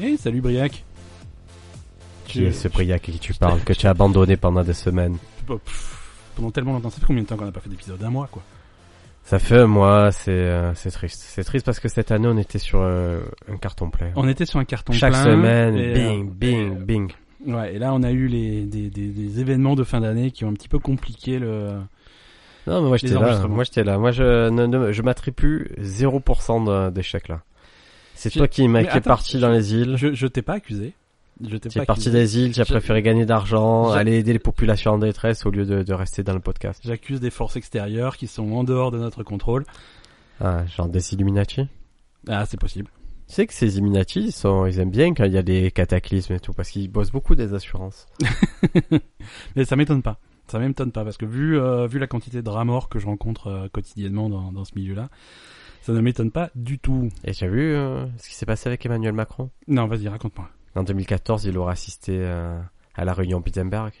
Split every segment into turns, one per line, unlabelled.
Eh, salut Briac.
Qui est ce Briac à qui tu parles, que tu as abandonné pendant des semaines
Bah, pff, pendant tellement longtemps, ça fait combien de temps qu'on n'a pas fait d'épisode Un mois, quoi.
Ça fait un mois, c'est euh, c'est triste. C'est triste parce que cette année, on était sur euh, un carton plein.
On était sur un carton
Chaque
plein.
semaine,
et,
bing,
euh,
bing, bing.
Ouais, et là, on a eu les, des, des, des événements de fin d'année qui ont un petit peu compliqué le.
Non, mais moi j'étais là.
enregistrements.
Moi j'étais là. Moi je ne, ne- je m'attribue 0% de- d'échecs là. C'est
J'ai-
toi qui
Mais
m'a qui est
attends,
parti
je-
dans les îles.
Je, je t'ai pas accusé. Je t'ai
Tu
pas
es parti
accusé.
des îles, j'ai
je-
préféré gagner d'argent,
je-
aller aider les populations en détresse au lieu de, de rester dans le podcast.
J'accuse des forces extérieures qui sont en dehors de notre contrôle.
Ah, genre des Illuminati.
Ah, c'est possible.
Tu sais que ces Illuminati, ils, sont, ils aiment bien quand il y a des cataclysmes et tout, parce qu'ils bossent beaucoup des assurances.
Mais ça m'étonne pas. Ça m'étonne pas parce que vu euh, vu la quantité de rats morts que je rencontre euh, quotidiennement dans, dans ce milieu-là, ça ne m'étonne pas du tout.
Et tu as vu euh, ce qui s'est passé avec Emmanuel Macron
Non, vas-y, raconte-moi.
En 2014, il aurait assisté euh, à la réunion Pittenberg.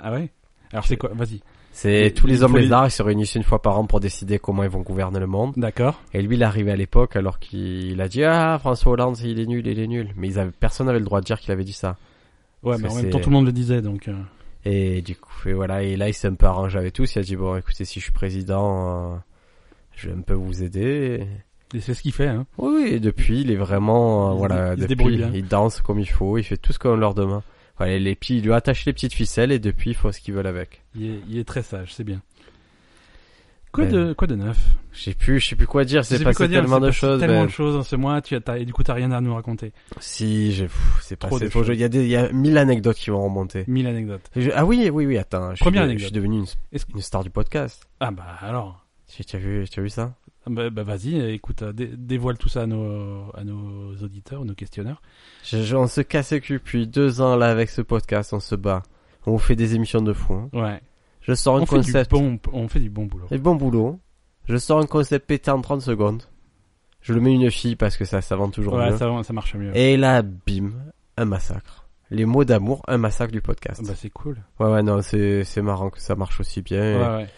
Ah ouais. Alors c'est quoi Vas-y.
C'est
Et-
tous les
il
hommes
faut les-
lézards, ils se réunissent une fois par an pour décider comment ils vont gouverner le monde.
D'accord.
Et lui, il est arrivé à l'époque alors qu'il a dit Ah, François Hollande, il est nul, il est nul. Mais ils avaient, personne n'avait le droit de dire qu'il avait dit ça.
Ouais,
Parce
mais en
que
même
c'est-
temps, tout le monde le disait, donc. euh,
Et du coup, et voilà, et là, il s'est un peu arrangé avec tous. Il a dit Bon, écoutez, si je suis président, euh, je vais un peu vous aider.
et c'est ce qu'il fait. Hein.
Oui, oui, et depuis, il est vraiment,
Il se
euh,
dé-
voilà,
il se
depuis,
débrouille bien.
il danse comme il faut, il fait tout ce qu'on leur demande. Voilà, les petits, il lui a attaché les petites ficelles et depuis, ils font ce qu'ils veulent avec.
Il est, il est très sage, c'est bien. Quoi
Ben,
de quoi de neuf
Je sais plus, je sais plus quoi dire,
Je sais
c'est
plus
passé
quoi dire,
tellement
c'est
de
passé
choses, ben.
Tellement
mais-
de choses en ce mois. Tu as t'as- et du coup t'as rien à nous raconter.
Si, j'ai, pff, c'est
Trop
passé
de
trop,
choses.
il y a des, il y a mille anecdotes qui vont remonter.
Mille anecdotes.
Et je- ah oui, oui, oui, attends, je suis,
Première
de- je
anecdote.
suis devenu une,
Est-ce-
une star du podcast.
Ah bah alors.
Tu tu as vu, tu as vu ça?
Bah, bah, vas-y, écoute, euh, dé- dévoile tout ça à nos à nos auditeurs, nos questionneurs.
Je- je- on se casse le cul depuis deux ans là avec ce podcast, on se bat. On fait des émissions de fou. hein.
Ouais.
Je sors un
on fait, du
concept.
bon, on fait du bon boulot.
Et bon boulot. Je sors un concept pété en 30 secondes. Je le mets une fille parce que ça, ça vend toujours
Ouais,
mieux. hein.
ça, va, ça marche mieux.
Et là, bim, un massacre. Les mots d'amour, un massacre du podcast.
Bah, c'est cool.
Ouais, ouais, non, c'est, c'est marrant que ça marche aussi bien. et-
Ouais, ouais.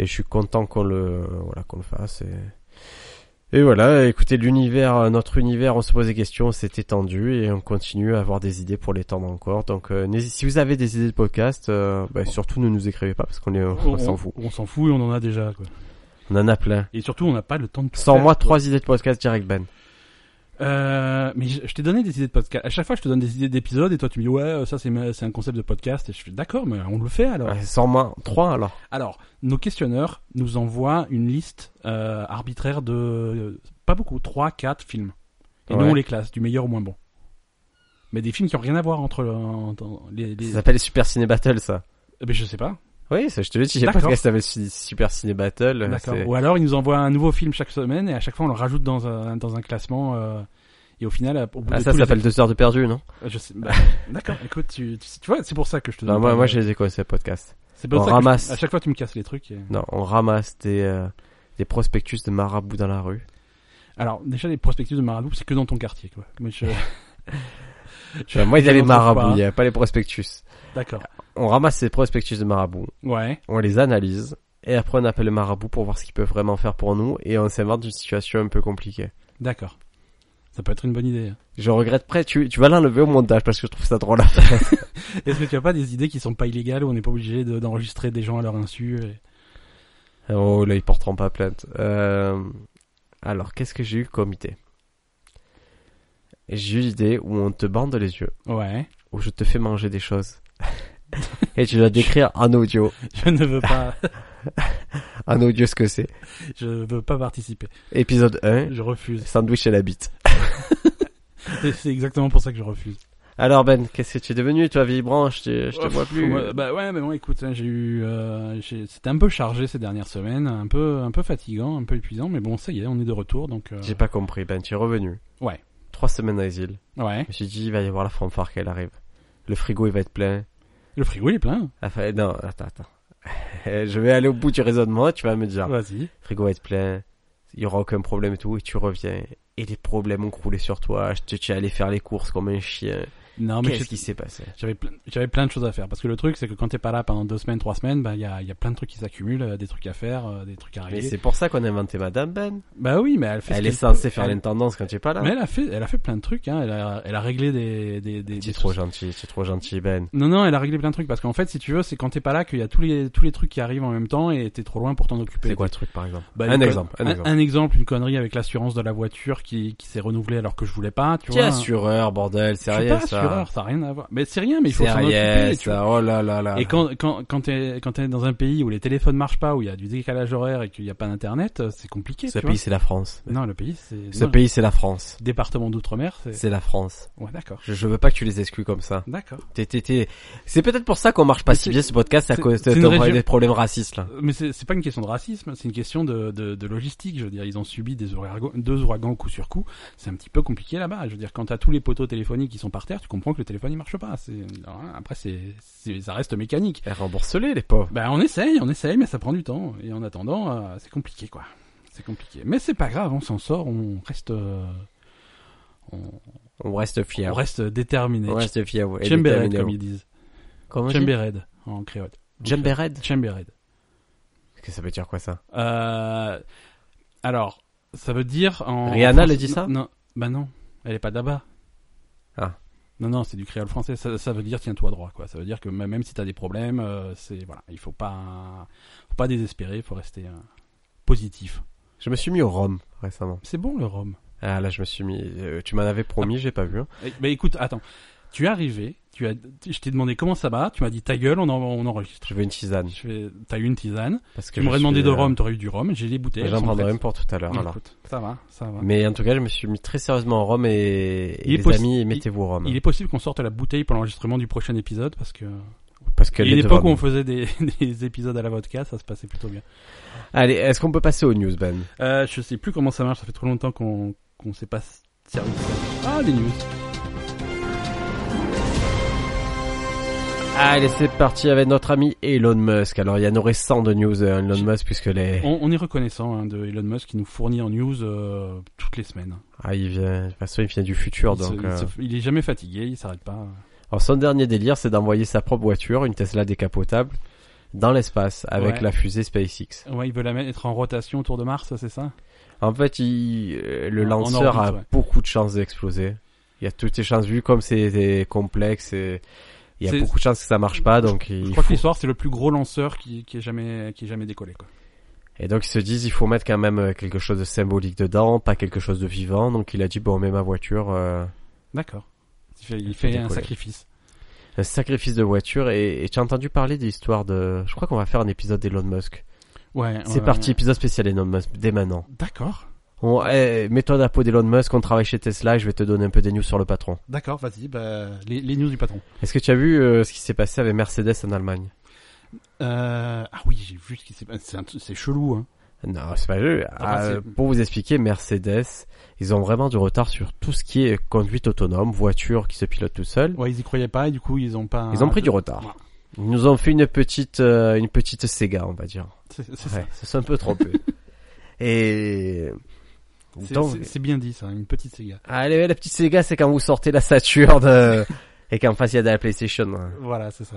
Et, je suis content qu'on le, voilà, qu'on le fasse. Et, et voilà, écoutez, l'univers, euh, notre univers, on se pose des questions, c'est étendu et on continue à avoir des idées pour l'étendre encore. Donc, euh, n'hési- si vous avez des idées de podcast, euh, bah, surtout ne nous écrivez pas parce qu'on est, on,
On,
s'en fout.
on- on s'en fout, on en a déjà. Quoi.
On en a plein.
Et surtout, on n'a pas le temps de tout
Sans
faire,
moi,
quoi.
trois idées de podcast direct, Ben.
Euh, mais je, je t'ai donné des idées de podcast. À chaque fois, je te donne des idées d'épisodes et toi, tu me dis ouais, euh, ça c'est ma- c'est un concept de podcast. Et je suis d'accord, mais on le fait alors.
Ouais, sans moi, trois alors.
Alors, nos questionneurs nous envoient une liste euh, arbitraire de euh, pas beaucoup, trois, quatre films. Et nous,
Ouais.
on les classe du meilleur au moins bon. Mais des films qui ont rien à voir entre, le- entre les. les... Ah,
Ça s'appelle Super Ciné Battle, ça.
Mais je sais pas.
Oui, ça, je te l'ai dit, j'ai pas
D'accord.
que ça s'appelle Su- Super Ciné Battle. euh,
D'accord.
c'est-
Ou alors ils nous envoient un nouveau film chaque semaine et à chaque fois on le rajoute dans un, dans un classement euh, et au final au bout
Ah,
de
ça
tous les-
s'appelle Deux heures de perdu, non?
Je sais- bah, D'accord. Écoute, tu, tu, tu vois, c'est pour ça que je te donne.
Non, moi,
pas-
moi, j'ai des ces podcasts.
C'est pour
on
ça que
ramasse.
je- à chaque fois tu me casses les trucs. et-
Non, on ramasse des, euh, des prospectus de marabouts dans la rue.
Alors déjà les prospectives de Maradoux, c'est que dans ton quartier quoi. Moi, je... je-
Enfin, moi, il y a
je
les
n'en trouve
marabouts, il
pas.
y a pas les prospectus.
D'accord.
On ramasse ces prospectus de marabouts,
Ouais.
on les analyse, et après, on appelle les marabouts pour voir ce qu'ils peuvent vraiment faire pour nous, et on s'invente une situation un peu compliquée.
D'accord. Ça peut être une bonne idée. hein.
Je regrette près, tu, tu vas l'enlever au montage parce que je trouve ça drôle.
Est-ce que tu as pas des idées qui sont pas illégales où on n'est pas obligé de- d'enregistrer des gens à leur insu et-
Oh là, ils porteront pas plainte. Euh, Alors, qu'est-ce que j'ai eu comme idée J'ai eu l'idée où on te bande les yeux,
Ouais.
où je te fais manger des choses. Et tu dois décrire en audio,
Je ne veux pas.
en audio ce que c'est.
je veux pas participer.
Épisode 1,
Je refuse.
sandwich et la bite.
C'est- C'est exactement pour ça que je refuse.
Alors Ben, qu'est-ce que tu es devenu toi, vieille branche Je, je te
Ouf,
vois plus.
ouais, bah ouais, mais bon, écoute, hein, j'ai eu, euh, j'ai- c'était un peu chargé ces dernières semaines, un peu, un peu fatigant, un peu épuisant, mais bon, ça y est, on est de retour, donc. euh,
J'ai pas compris, Ben, tu es revenu.
Ouais.
Trois semaines à exil.
Ouais.
Je me suis dit, il va y avoir la fanfare qu'elle arrive. Le frigo, il va être plein.
Le frigo il est plein.
Enfin, non, attends, attends. je vais aller au bout du raisonnement, tu vas me dire.
Vas-y.
frigo va être plein, il y aura aucun problème et tout, et tu reviens, et les problèmes ont croulé sur toi, je te- tu es allé faire les courses comme un chien,
Non, mais
Qu'est-ce
j'ai-
qui s'est passé
j'avais plein, j'avais plein de choses à faire. Parce que le truc, c'est que quand t'es pas là pendant deux semaines, trois semaines, bah, il y a, il y a plein de trucs qui s'accumulent, euh, des trucs à faire, euh, des trucs à
Mais
régler.
c'est pour ça qu'on a inventé Madame Ben.
Bah oui, mais elle fait. ce
Elle est
qu'elle peut.
censée faire
Elle-
l'intendance quand tu es pas là.
Mais elle a fait, elle a fait plein de trucs, hein. Elle a, elle a réglé des, des, des,
T'es
des
trop gentil, t'es trop gentil Ben.
Non, non, elle a réglé plein de trucs parce qu'en fait, si tu veux, c'est quand t'es pas là qu'il y a tous les, tous les trucs qui arrivent en même temps et t'es trop loin pour t'en occuper.
C'est quoi le truc par exemple
Bah,
Un
une con-
exemple, un exemple.
Un exemple, une connerie avec l'assurance de la voiture qui, qui s'est renouvelée alors que je voulais pas, tu
Qui est
vois.
assureur, bordel,
Je
c'est
suis
rien
pas
ça.
assureur, ça a rien à voir. Mais c'est rien, mais il faut
C'est
s'en
rien
occuper. tu vois.
ça, oh là là là.
Et quand, quand, quand t'es, quand t'es dans un pays où les téléphones marchent pas, où il y a du décalage horaire et qu'il y a pas d'internet, euh, c'est compliqué. tu
Ce
vois.
pays c'est la France.
Non, le pays, c'est,
Ce
non,
pays c'est la France.
le département d'outre-mer, c'est,
C'est la France.
ouais, d'accord.
Je, je veux pas que tu les exclus comme ça.
D'accord.
T'es- t'es- t'es- C'est peut-être pour ça qu'on marche pas
Mais
si
c'est-
bien ce podcast à
c'est-
cause de
c'est une
ton-
région-
des problèmes racistes là.
Mais c'est c'est pas une question de racisme, c'est une question de, de, de logistique. Je veux dire, ils ont subi des ouragans, deux ouragans coup sur coup. C'est un petit peu compliqué là-bas. Je veux dire, quand t'as tous les poteaux téléphoniques qui sont par terre, tu comprends que le téléphone il marche pas. C'est- alors, hein, Après, c'est c'est- ça reste mécanique.
Eh, Rembourse-les les pauvres.
Ben, on essaye, on essaye, mais ça prend du temps. Et en attendant, euh, c'est compliqué, quoi. C'est compliqué. Mais c'est pas grave, on s'en sort, on reste, euh, on,
On reste fiers.
on reste déterminé.
On reste fiers. ouais, et
Chambered,
déterminés.
comme ils disent.
Comment on dit
Chambered, en créole.
Chambered
Chambered.
Qu'est-ce que ça veut dire quoi ça
Euh, alors, ça veut dire en.
Rihanna
en France-
le dit ça
non, non, bah non, elle est pas d'abord.
Ah.
Non, non, c'est du créole français. Ça, ça veut dire tiens-toi droit, quoi. Ça veut dire que même même si t'as des problèmes, euh, c'est voilà, il faut pas, faut pas désespérer, faut rester euh, positif.
Je me suis mis au Rhum récemment.
C'est bon le rhum.
Ah là je me suis mis. euh, tu m'en avais promis, j'ai pas vu. hein.
Eh, Bah écoute, attends, tu es arrivé, tu as, je t'ai demandé comment ça va, tu m'as dit ta gueule, on, en- on enregistre.
Je veux une tisane.
Je fais, t'as eu une tisane,
Parce
tu
que
m'aurais
je
demandé
suis,
de
euh,
rhum, t'aurais eu du rhum, j'ai les bouteilles.
mais
elles
J'en
sont
prendrai
prêtes.
même pour tout à l'heure.
Bon,
alors.
écoute, ça va, ça va.
Mais en tout cas, je me suis mis très sérieusement au rhum et, et
Il est
les
possi-
amis, mettez-vous au rhum.
Il est possible qu'on sorte la bouteille pour l'enregistrement du prochain épisode parce que
Parce que
il y a
les
une
deux
époque où
rhum.
on faisait des, des épisodes à la vodka, ça se passait plutôt bien.
Allez, est-ce qu'on peut passer aux news, Ben
Euh, je sais plus comment ça marche, ça fait trop longtemps qu'on qu'on s'est pas servi. de ça. Ah, des news.
Allez, c'est parti avec notre ami Elon Musk. Alors, il y en aurait 100 de news euh, Elon
Je-
Musk puisque les...
On, on est reconnaissant hein, de Elon Musk qui nous fournit en news euh, toutes les semaines.
Ah, il vient... De toute façon, il vient du futur,
il, se-
donc...
il
euh,
se- il est jamais fatigué, il s'arrête pas.
Alors, son dernier délire, c'est d'envoyer sa propre voiture, une Tesla décapotable, dans l'espace avec
Ouais.
la fusée SpaceX.
Ouais, il veut la mettre en rotation autour de Mars, c'est ça
En fait, il... euh, le
En- en
lanceur
orbite,
a
ouais.
beaucoup de chances d'exploser. Il y a toutes les chances, vu comme c'est c'est complexe, et... il y a
C'est-
beaucoup de chances que ça marche pas, donc
Je
il
crois que
faut...
l'histoire c'est le plus gros lanceur qui, qui est jamais qui est jamais décollé quoi.
Et donc ils se disent il faut mettre quand même euh, quelque chose de symbolique dedans, pas quelque chose de vivant. Donc il a dit bon on met ma voiture, euh,
D'accord. Il fait, il
Il
fait
fait
un
décoller.
sacrifice.
un sacrifice de voiture. Et et tu as entendu parler de l'histoire de... Je crois qu'on va faire un épisode d'Elon Musk.
Ouais. ouais,
C'est
ouais,
parti,
ouais.
épisode spécial Elon Musk, dès maintenant.
D'accord.
On, eh, mets-toi à peau d'Elon Musk, on travaille chez Tesla et je vais te donner un peu des news sur le patron.
D'accord, vas-y, bah, les, les news du patron.
Est-ce que tu as vu euh, ce qui s'est passé avec Mercedes en Allemagne
Euh, ah oui, j'ai vu ce qui s'est passé. C'est un truc- C'est chelou, hein.
Non, c'est pas jeu.
Ah,
Euh,
c'est-
pour vous expliquer, Mercedes, ils ont vraiment du retard sur tout ce qui est conduite autonome, voiture qui se pilote tout seul.
Ouais, ils y croyaient pas et du coup, ils ont pas.
Ils ont pris du retard. Ils nous ont fait une petite, euh, une petite Sega, on va dire.
C'est c'est
Ouais,
ça.
c'est un peu trop peu. Et
C'est-
donc,
c'est- C'est bien dit, ça. Une petite Sega.
allez, la petite Sega, c'est quand vous sortez la Saturn euh, et qu'en face il y a de la PlayStation. hein.
Voilà, c'est ça.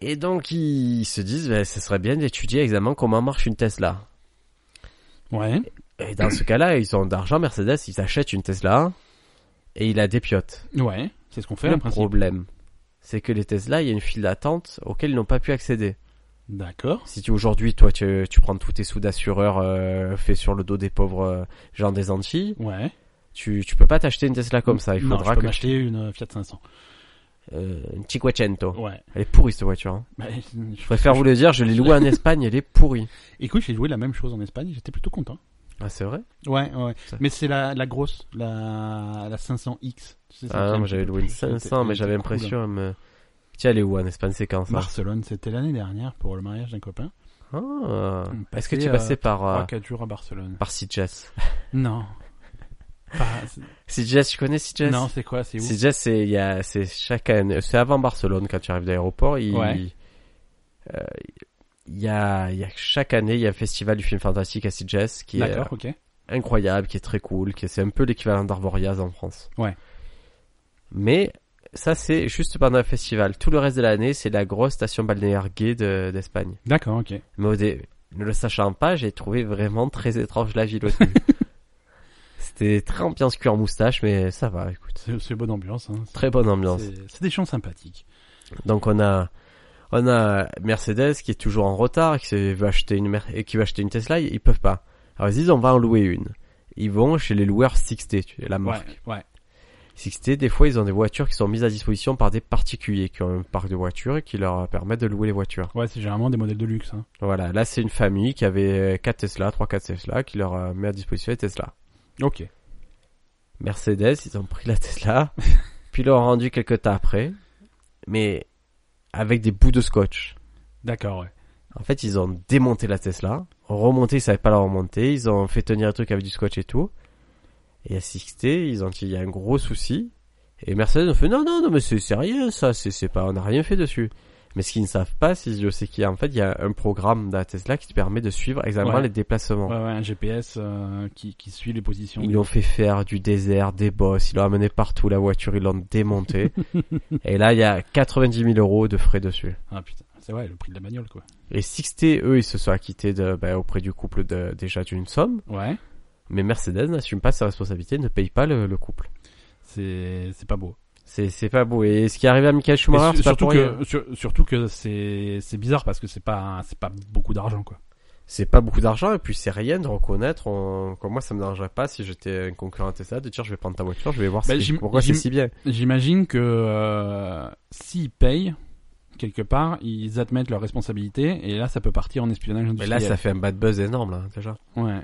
Et donc ils se disent, bah, ce serait bien d'étudier exactement comment marche une Tesla.
Ouais.
Et dans ce cas-là, ils ont d'argent Mercedes, ils achètent une Tesla et ils la dépiotent.
Ouais. C'est ce qu'on fait,
Le
en principe.
problème, c'est que les Tesla, il y a une file d'attente auquel ils n'ont pas pu accéder.
D'accord.
Si tu aujourd'hui, toi, tu, tu prends tous tes sous d'assureur euh, faits sur le dos des pauvres euh, gens des Antilles,
Ouais.
tu, tu peux pas t'acheter une Tesla comme ça. Il
non, je
faudra
peux
que
m'acheter une euh, Fiat 500.
euh, une Cinquecento.
Ouais.
Elle est pourrie cette voiture. hein.
Bah, je
Je préfère vous le dire, je l'ai louée en Espagne, elle est pourrie.
Écoute, j'ai joué la même chose en Espagne. J'étais plutôt content.
Ah c'est vrai
Ouais, ouais.
Ça-
Mais c'est la, la grosse, la, la 500X. Tu sais, celle qui
Ah
est
non,
un
moi j'avais
petit peu
loué une
plus-
500, mais
elle
j'avais
était cool,
l'impression... elle me- Tiens, elle est où en Espagne C'est quand ça
Barcelone, c'était l'année dernière pour le mariage d'un copain.
Ah.
Passé,
Est-ce que tu es
euh,
passé par, euh,
3-4 jours à Barcelone.
par Sitges
Non. Pas- c'est-
Sitges, tu connais Sitges
non, c'est quoi C'est où
Sitges, c'est il y a c'est chaque année, c'est avant Barcelone quand tu arrives d'aéroport, il
Ouais.
euh, il y a il y a chaque année il y a un festival du film fantastique à Sitges qui est euh,
D'accord, ok.
incroyable, qui est très cool, qui est- c'est un peu l'équivalent d'Arvoriaz en France.
Ouais.
Mais ça, c'est juste pendant le festival. Tout le reste de l'année, c'est la grosse station balnéaire gay de- d'Espagne.
D'accord, ok.
Mais au dé- ne le sachant pas, j'ai trouvé vraiment très étrange la ville au début. C'était très ambiance cuir moustache, mais ça va, écoute.
C'est c'est bonne ambiance. Hein.
Très bonne ambiance.
C'est c'est des chants sympathiques.
Donc on a on a Mercedes qui est toujours en retard, qui se- veut acheter une Mer- et qui veut acheter une Tesla, ils peuvent pas. Alors ils disent on va en louer une. Ils vont chez les loueurs 6T, tu- la
Ouais,
marque.
ouais.
6T, des fois ils ont des voitures qui sont mises à disposition par des particuliers qui ont un parc de voitures et qui leur permettent de louer les voitures.
Ouais, c'est généralement des modèles de luxe. Hein.
Voilà, là c'est une famille qui avait euh, 4 Tesla, 3 4 Tesla qui leur euh, met à disposition les Tesla.
Ok.
Mercedes, ils ont pris la Tesla, puis l'ont rendu quelques temps après, mais avec des bouts de scotch.
D'accord, ouais.
En fait, ils ont démonté la Tesla, remonté, ils savaient pas la remonter, ils ont fait tenir le truc avec du scotch et tout. Et à 6T, ils ont dit, il y a un gros souci. Et Mercedes ont fait, non, non, non, mais c'est c'est rien, ça, c'est c'est pas, on n'a rien fait dessus. Mais ce qu'ils ne savent pas, c'est c'est qu'il y a, en fait, il y a un programme de la Tesla qui te permet de suivre exactement
Ouais.
les déplacements.
Ouais, ouais, un GPS euh, qui, qui suit les positions.
Ils l'ont fait faire du désert, des bosses, ils l'ont amené partout, la voiture, ils l'ont démontée. et là, il y a 90 000 euros de frais dessus.
Ah putain, c'est vrai, le prix de la bagnole, quoi.
Et 6T, eux, ils se sont acquittés de, ben, auprès du couple de, déjà d'une somme.
Ouais,
Mais Mercedes n'assume pas sa responsabilité, ne paye pas le, le couple.
c'est c'est pas beau.
C'est, c'est pas beau. Et ce qui est arrivé à Michael Schumacher,
Mais
c'est
su-
pas
surtout,
pour rien.
que, sur- surtout que c'est c'est bizarre parce que c'est pas, c'est pas beaucoup d'argent, quoi.
C'est pas beaucoup d'argent, et puis c'est rien de reconnaître. on- Comme moi, ça me dérangerait pas si j'étais un concurrent à Tesla de dire je vais prendre ta voiture, je vais voir
Bah,
ce qui-
j'im-
pourquoi c'est
j'im-
si bien.
J'imagine que euh, s'ils payent, quelque part, ils admettent leur responsabilité et là, ça peut partir en espionnage
Mais
industriel.
là, ça fait un bad buzz énorme, là, déjà.
Ouais.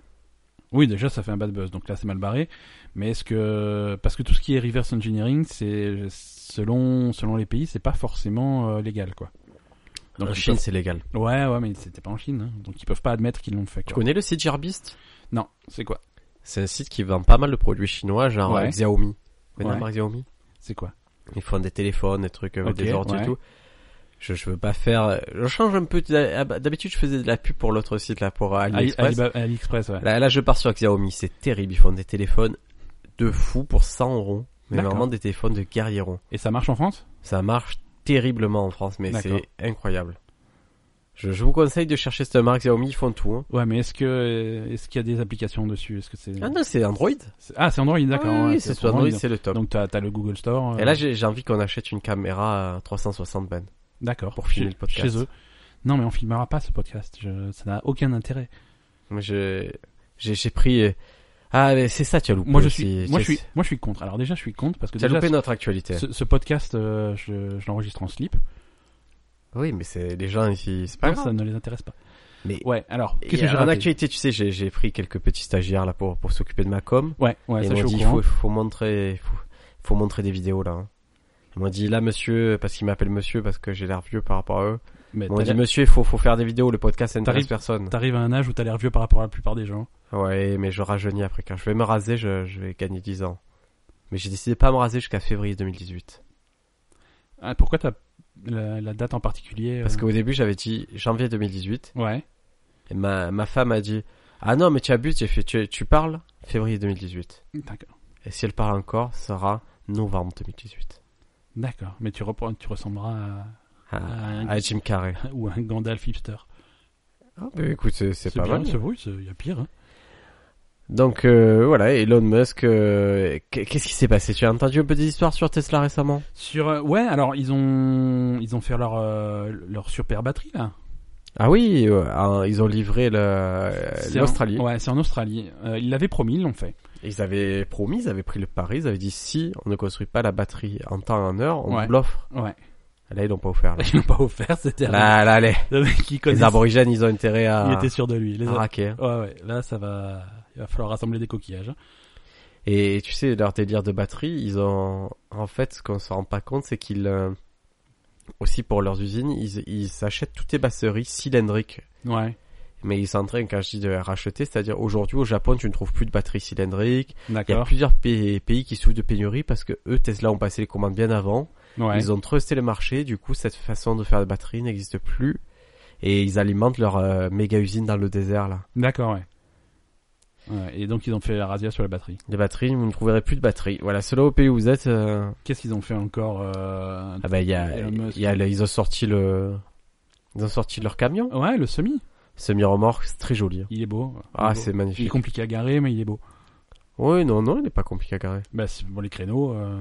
Oui, déjà, ça fait un bad buzz, donc là, c'est mal barré. Mais est-ce que. Parce que tout ce qui est reverse engineering, c'est. Selon, selon les pays, c'est pas forcément euh, légal, quoi.
Donc,
Donc, ils
en Euh, Chine, c'est légal.
peuvent- Ouais, ouais, mais c'était pas en Chine, hein. donc ils peuvent pas admettre qu'ils l'ont fait,
Tu
quoi.
connais le site Gearbest
Non, c'est quoi
C'est un site qui vend pas mal de produits chinois, genre
Ouais.
euh, Xiaomi. Mais
Ouais.
non, marque Xiaomi.
C'est quoi
Ils font des téléphones, des trucs avec
Ok,
des ordi
ouais.
et tout. Je, je veux pas faire, je change un peu, d'hab- d'habitude je faisais de la pub pour l'autre site là, pour euh, AliExpress.
Ali- Alibaba- AliExpress, ouais.
Là, là, je pars sur Xiaomi, c'est terrible. Ils font des téléphones de fou pour 100 euros. Mais
D'accord.
vraiment des téléphones de guerrierons.
Et ça marche en France
Ça marche terriblement en France, mais
D'accord.
c'est incroyable. Je, je vous conseille de chercher cette marque Xiaomi, ils font tout. hein.
Ouais, mais est-ce que est-ce qu'il y a des applications dessus Est-ce que c'est
Ah non, c'est Android.
c'est- ah c'est Android d'accord
Oui,
ouais,
oui, c'est sur Android, c'est le top.
Donc t'as as le Google Store. euh,
Et là, j'ai j'ai envie qu'on achète une caméra à 360 ben.
d'accord
pour filmer
chez-
le podcast.
chez eux. Non mais on filmera pas ce podcast. Je- ça n'a aucun intérêt.
Moi, je- j'ai j'ai pris. euh, Ah, mais c'est ça, tu as loupé.
Moi je
aussi.
suis moi
Tu
je
as-
suis moi je suis contre. Alors déjà je suis contre parce que
Tu as
déjà
loupé notre actualité.
ce, ce podcast euh, je, je l'enregistre en slip.
Oui, mais c'est les gens ici, c'est pas
Non,
grave.
ça ne les intéresse pas.
Mais
Ouais alors
Et
qu'est-ce que j'ai
En
raté
actualité, tu sais, j'ai- j'ai pris quelques petits stagiaires là pour, pour s'occuper de ma com.
Ouais ouais
et ils
ça je
m'ont
suis au
dit,
courant.
faut, faut montrer, faut, faut montrer des vidéos là. hein. Ils m'ont dit, là monsieur, parce qu'ils m'appellent monsieur, parce que j'ai l'air vieux par rapport à eux.
Mais
Ils m'ont
t'as
dit,
l'air-
monsieur, il faut, faut faire des vidéos, le podcast ça n'intéresse
T'arrives-
personne.
t'arrives à un âge où t'as l'air vieux par rapport à la plupart des gens.
Ouais, mais je rajeunis après. Quand je vais me raser, je, je vais gagner 10 ans. Mais j'ai décidé de pas me raser jusqu'à février 2018.
Ah, pourquoi t'as la, la date en particulier
Parce
euh,
qu'au début, j'avais dit janvier 2018.
ouais.
Et ma, ma femme a dit, ah non, mais tu abuses, j'ai fait, tu, tu parles février 2018.
D'accord.
Et si elle parle encore, ce sera novembre 2018.
D'accord. Mais tu, reprends, tu ressembleras à,
Ah.
à un,
à Jim Carrey.
ou à un Gandalf hipster.
Ah, bah écoute, c'est, c'est pas
bien,
mal.
C'est oui, c'est- il y a pire. hein.
Donc euh, voilà, Elon Musk, euh, qu- qu'est-ce qui s'est passé Tu as entendu un peu des histoires sur Tesla récemment
Sur, euh, ouais, alors ils ont, ils ont fait leur, euh, leur super batterie là.
Ah oui, euh, ah, ils ont livré le- euh,
C'est en-
l'Australie.
Ouais, c'est en Australie. Euh, ils l'avaient promis, ils l'ont fait.
Ils avaient promis, ils avaient pris le pari, ils avaient dit si on ne construit pas la batterie en temps et en heure, on
Ouais.
vous l'offre.
Ouais.
Là, ils l'ont pas offert. Là,
Ils l'ont pas offert, c'était.
là, là, les,
Le mec qui
Bah, les
connaissait-
aborigènes, ils ont intérêt
Il
à,
était sûr de lui. Les
à
a-
raquer.
Ouais, ouais. Là, ça va. Il va falloir rassembler des coquillages. hein.
Et tu sais, leur délire de batterie, ils ont, en fait, ce qu'on se rend pas compte, c'est qu'ils, euh, aussi pour leurs usines, ils, ils s'achètent toutes les batteries cylindriques.
Ouais.
Mais ils sont en train, quand je dis de les racheter, c'est-à-dire aujourd'hui au Japon, tu ne trouves plus de batteries cylindriques. Il y a
D'accord.
plusieurs pays, pays qui souffrent de pénurie parce que eux, Tesla, ont passé les commandes bien avant.
Ouais.
Ils ont trusté le marché, du coup, cette façon de faire des batteries n'existe plus. Et ils alimentent leur euh, méga usine dans le désert, là.
D'accord, ouais. Ouais, et donc ils ont fait la razzia sur la batterie.
Les batteries, vous ne trouverez plus de batterie. Voilà, c'est là au pays où vous êtes. euh,
Qu'est-ce qu'ils ont fait encore euh,
Ah bah, il y a,
Elon Musk.
il y a le- ils ont sorti le, ils ont sorti leur camion.
Ouais, le semi,
Semi-remorque, c'est très joli.
il est beau. Il
Ah,
est beau.
c'est
Il est
magnifique.
compliqué à garer, mais il est beau.
Oui, non, non, il n'est pas compliqué à garer.
Bah, c'est- bon, les créneaux. euh,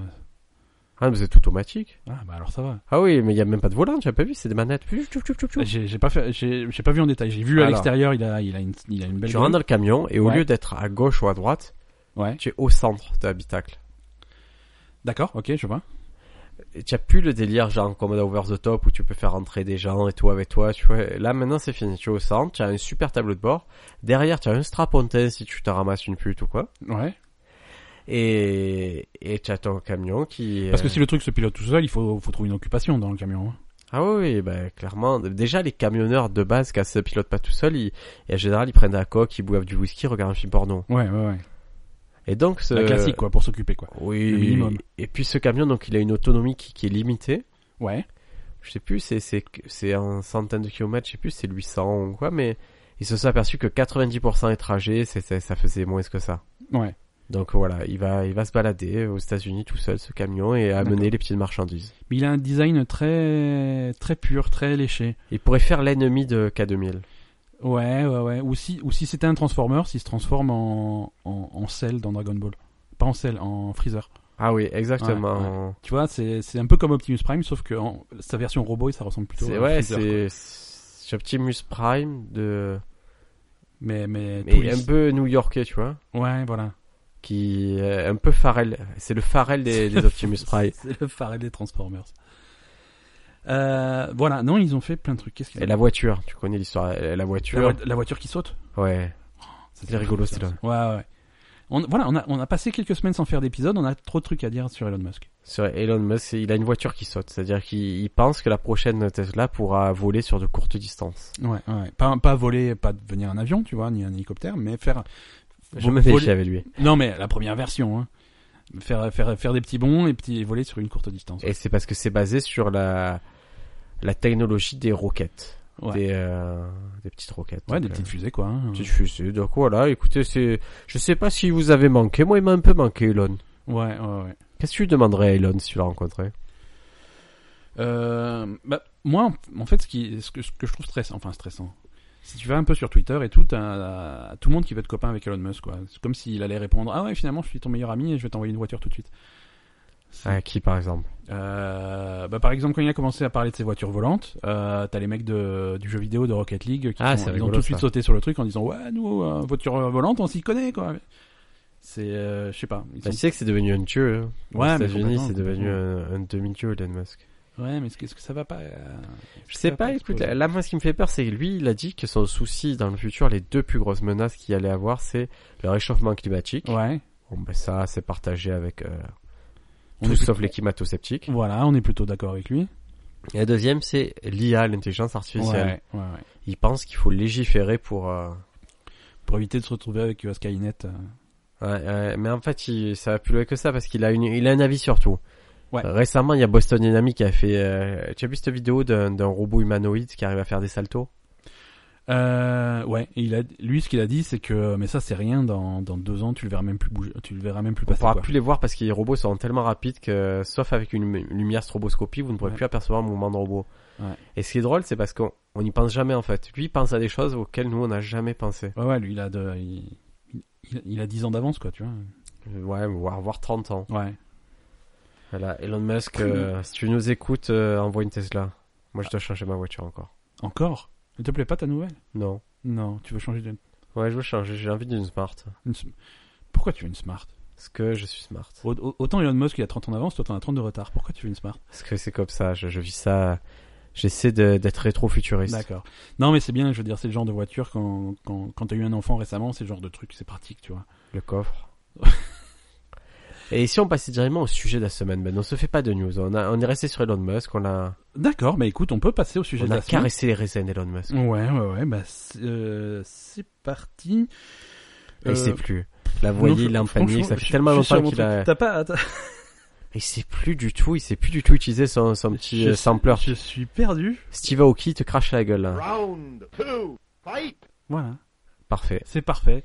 Ah, mais c'est tout automatique.
Ah, bah alors ça va.
Ah oui, mais il y a même pas de volant, tu as pas vu, c'est des manettes. Tchou, tchou, tchou, tchou, tchou.
J'ai j'ai pas fait, j'ai j'ai pas vu en détail. J'ai vu à
Alors.
l'extérieur, il a, il a une, il a une belle.
Tu rentres dans
grille.
le camion et au
Ouais.
lieu d'être à gauche ou à droite,
Ouais.
tu es au centre de l'habitacle.
D'accord. Ok, je vois.
Et tu as plus le délire genre comme dans Over the Top où tu peux faire rentrer des gens et tout avec toi, tu vois. Là maintenant c'est fini, tu es au centre, tu as un super tableau de bord. Derrière tu as un strapontin si tu te ramasses une pute ou quoi.
Ouais.
Et, et tu as ton camion qui...
Parce
euh,
que si le truc se pilote tout seul, il faut, faut trouver une occupation dans le camion. hein.
Ah oui, oui, bah, clairement. Déjà, les camionneurs de base qui se pilotent pas tout seuls, ils, et en général, ils prennent de la coque, ils boivent du whisky, regardent un film porno.
Ouais, ouais, ouais.
Et donc, ce...
La classique quoi, pour s'occuper quoi.
Oui.
le minimum.
Et puis, ce camion, donc, il a une autonomie qui, qui est limitée.
Ouais.
Je sais plus, c'est, c'est, c'est un centaine de kilomètres, je sais plus, c'est 800 ou quoi, mais ils se sont aperçus que 90% des trajets, c'est, c'est- ça faisait moins que ça.
Ouais.
Donc voilà, il va, il va se balader aux États-Unis tout seul, ce camion, et amener les petites marchandises.
Mais il a un design très, très pur, très léché.
Il pourrait faire l'ennemi de K2000.
Ouais, ouais, ouais. Ou si, ou si c'était un transformer, s'il se transforme en, en, en sel dans Dragon Ball. Pas en sel, en freezer.
Ah oui, exactement.
Ouais, Tu vois, c'est, c'est un peu comme Optimus Prime, sauf que en- sa version robot, ça ressemble plutôt
C'est
à
ouais,
Freezer, quoi.
c'est c'est Optimus Prime de
Mais, mais, tout
mais un
lisse.
peu new-yorkais, tu vois,
Ouais, voilà.
qui est un peu Farrell. C'est le Farrell des, des Optimus Prime.
C'est le phare des Transformers. Euh, voilà, non, ils ont fait plein de trucs. Qu'est-ce qu'ils
Et
ont
la voiture, tu connais l'histoire, euh, la
fait la,
voiture.
voi- la voiture qui saute
Ouais.
Ça,
C'est rigolo,
très
c'est
bien, ça. Ouais, ouais. On, voilà, on a, on a passé quelques semaines sans faire d'épisode, on a trop de trucs à dire sur Elon Musk.
Sur Elon Musk, il a une voiture qui saute, c'est-à-dire qu'il il pense que la prochaine Tesla pourra voler sur de courtes distances.
Ouais, ouais. Pas, pas voler, pas devenir un avion, tu vois, ni un hélicoptère, mais faire.
Je
vo-
me
voler-
méfie avec lui.
Non, mais la première version, hein. Faire, faire, faire des petits bonds et, petits, et voler sur une courte distance.
Et c'est parce que c'est basé sur la la technologie des roquettes,
Ouais.
des euh, des petites roquettes.
Ouais, des
Donc, euh,
petites fusées, quoi. hein.
Petite fusée, donc voilà, écoutez, c'est, je sais pas si vous avez manqué, moi il m'a un peu manqué Elon.
Ouais, ouais, ouais.
Qu'est-ce que tu demanderais à Elon si tu l'as rencontré
Euh, bah, moi, en- en fait, ce, qui, ce, que, ce que je trouve stressant, enfin stressant, si tu vas un peu sur Twitter et tout, t'as tout le monde qui veut être copain avec Elon Musk, quoi. C'est comme s'il allait répondre Ah ouais, finalement, je suis ton meilleur ami et je vais t'envoyer une voiture tout de suite. C'est-
À qui par exemple
Euh, bah, par exemple, quand il a commencé à parler de ses voitures volantes, euh, t'as les mecs de, du jeu vidéo de Rocket League qui
Ah,
sont-
c'est
ils ont
rigolo,
tout de suite
ça.
sauté sur le truc en disant Ouais, nous, euh, voiture volante, on s'y connaît, quoi. C'est, euh, je sais pas. ils
bah, Tu
sont-
sais que c'est devenu un dieu. Hein.
Ouais,
Aux
mais
États-Unis,
complètement,
c'est devenu
complètement.
un, un demi-dieu Elon Musk.
Ouais, mais est-ce que, est-ce que ça va pas. euh,
Je sais pas, écoute,
exploser
là moi ce qui me fait peur, c'est que lui il a dit que son souci dans le futur, les deux plus grosses menaces qu'il allait avoir, c'est le réchauffement climatique.
Ouais.
Bon ben ça, c'est partagé avec euh,
On
tout
est plus-
sauf les climato-sceptiques.
Voilà, on est plutôt d'accord avec lui.
Et la deuxième, c'est l'IA, l'intelligence artificielle.
Ouais, ouais, ouais.
Il pense qu'il faut légiférer pour... euh,
Pour éviter de se retrouver avec euh, Skynet. euh.
Ouais, ouais, mais en fait, il, ça va plus loin que ça parce qu'il a une, il a un avis sur tout.
Ouais.
Récemment, il y a Boston Dynamics qui a fait. euh, tu as vu cette vidéo d'un d'un robot humanoïde qui arrive à faire des saltos
Euh, ouais, et il a, lui, ce qu'il a dit, c'est que, mais ça, c'est rien, dans, dans deux ans, tu le verras même plus bouger, tu le verras même plus
On
passer.
pourra
quoi.
plus les voir parce que les robots sont tellement rapides que, sauf avec une, lumi- une lumière stroboscopie, vous ne pourrez
Ouais.
plus apercevoir un mouvement de robot.
Ouais.
Et ce qui est drôle, c'est parce qu'on on n'y pense jamais en fait. Lui il pense à des choses auxquelles nous on n'a jamais pensé.
Ouais, ouais, lui, il a de, il, il- il a 10 ans d'avance, quoi, tu vois.
Ouais, voire, voire 30 ans.
Ouais.
Voilà, Elon Musk, euh, si tu nous écoutes, euh, envoie une Tesla. Moi, je dois changer ma voiture encore.
Encore? Ne te plaît pas ta nouvelle?
Non.
Non, tu veux changer d'une,
Ouais, je veux changer. J'ai envie d'une smart.
une sm- pourquoi tu veux une smart?
Parce que je suis smart.
Au- au- Autant Elon Musk, il a 30 ans d'avance, toi, t'en as 30 de retard. Pourquoi tu veux une smart?
Parce que c'est comme ça, je, je vis ça. J'essaie de- d'être rétro-futuriste.
D'accord. Non, mais c'est bien, je veux dire, c'est le genre de voiture, quand, quand, quand t'as eu un enfant récemment, c'est le genre de truc, c'est pratique, tu vois.
Le coffre. Et si on passait directement au sujet de la semaine, ben on se fait pas de news. On, a, on est resté sur Elon Musk, on a,
D'accord, bah écoute, on peut passer au sujet
on
de
a
la semaine.
caressé les raisins d'Elon Musk.
Ouais, ouais, ouais, bah c'est euh, c'est parti.
Et il
Euh,
sait plus. La
non, je-
voyez, il est en panique,
franchement,
ça
je-
fait tellement
je suis sur
longtemps
mon
qu'il
truc.
a...
T'as pas. attends,
Il sait plus du tout, il sait plus du tout utiliser son, son petit
je-
euh, sampler.
Je suis perdu.
Steve Aoki te crache la gueule là.
Round two, fight!
Voilà,
Parfait.
c'est parfait.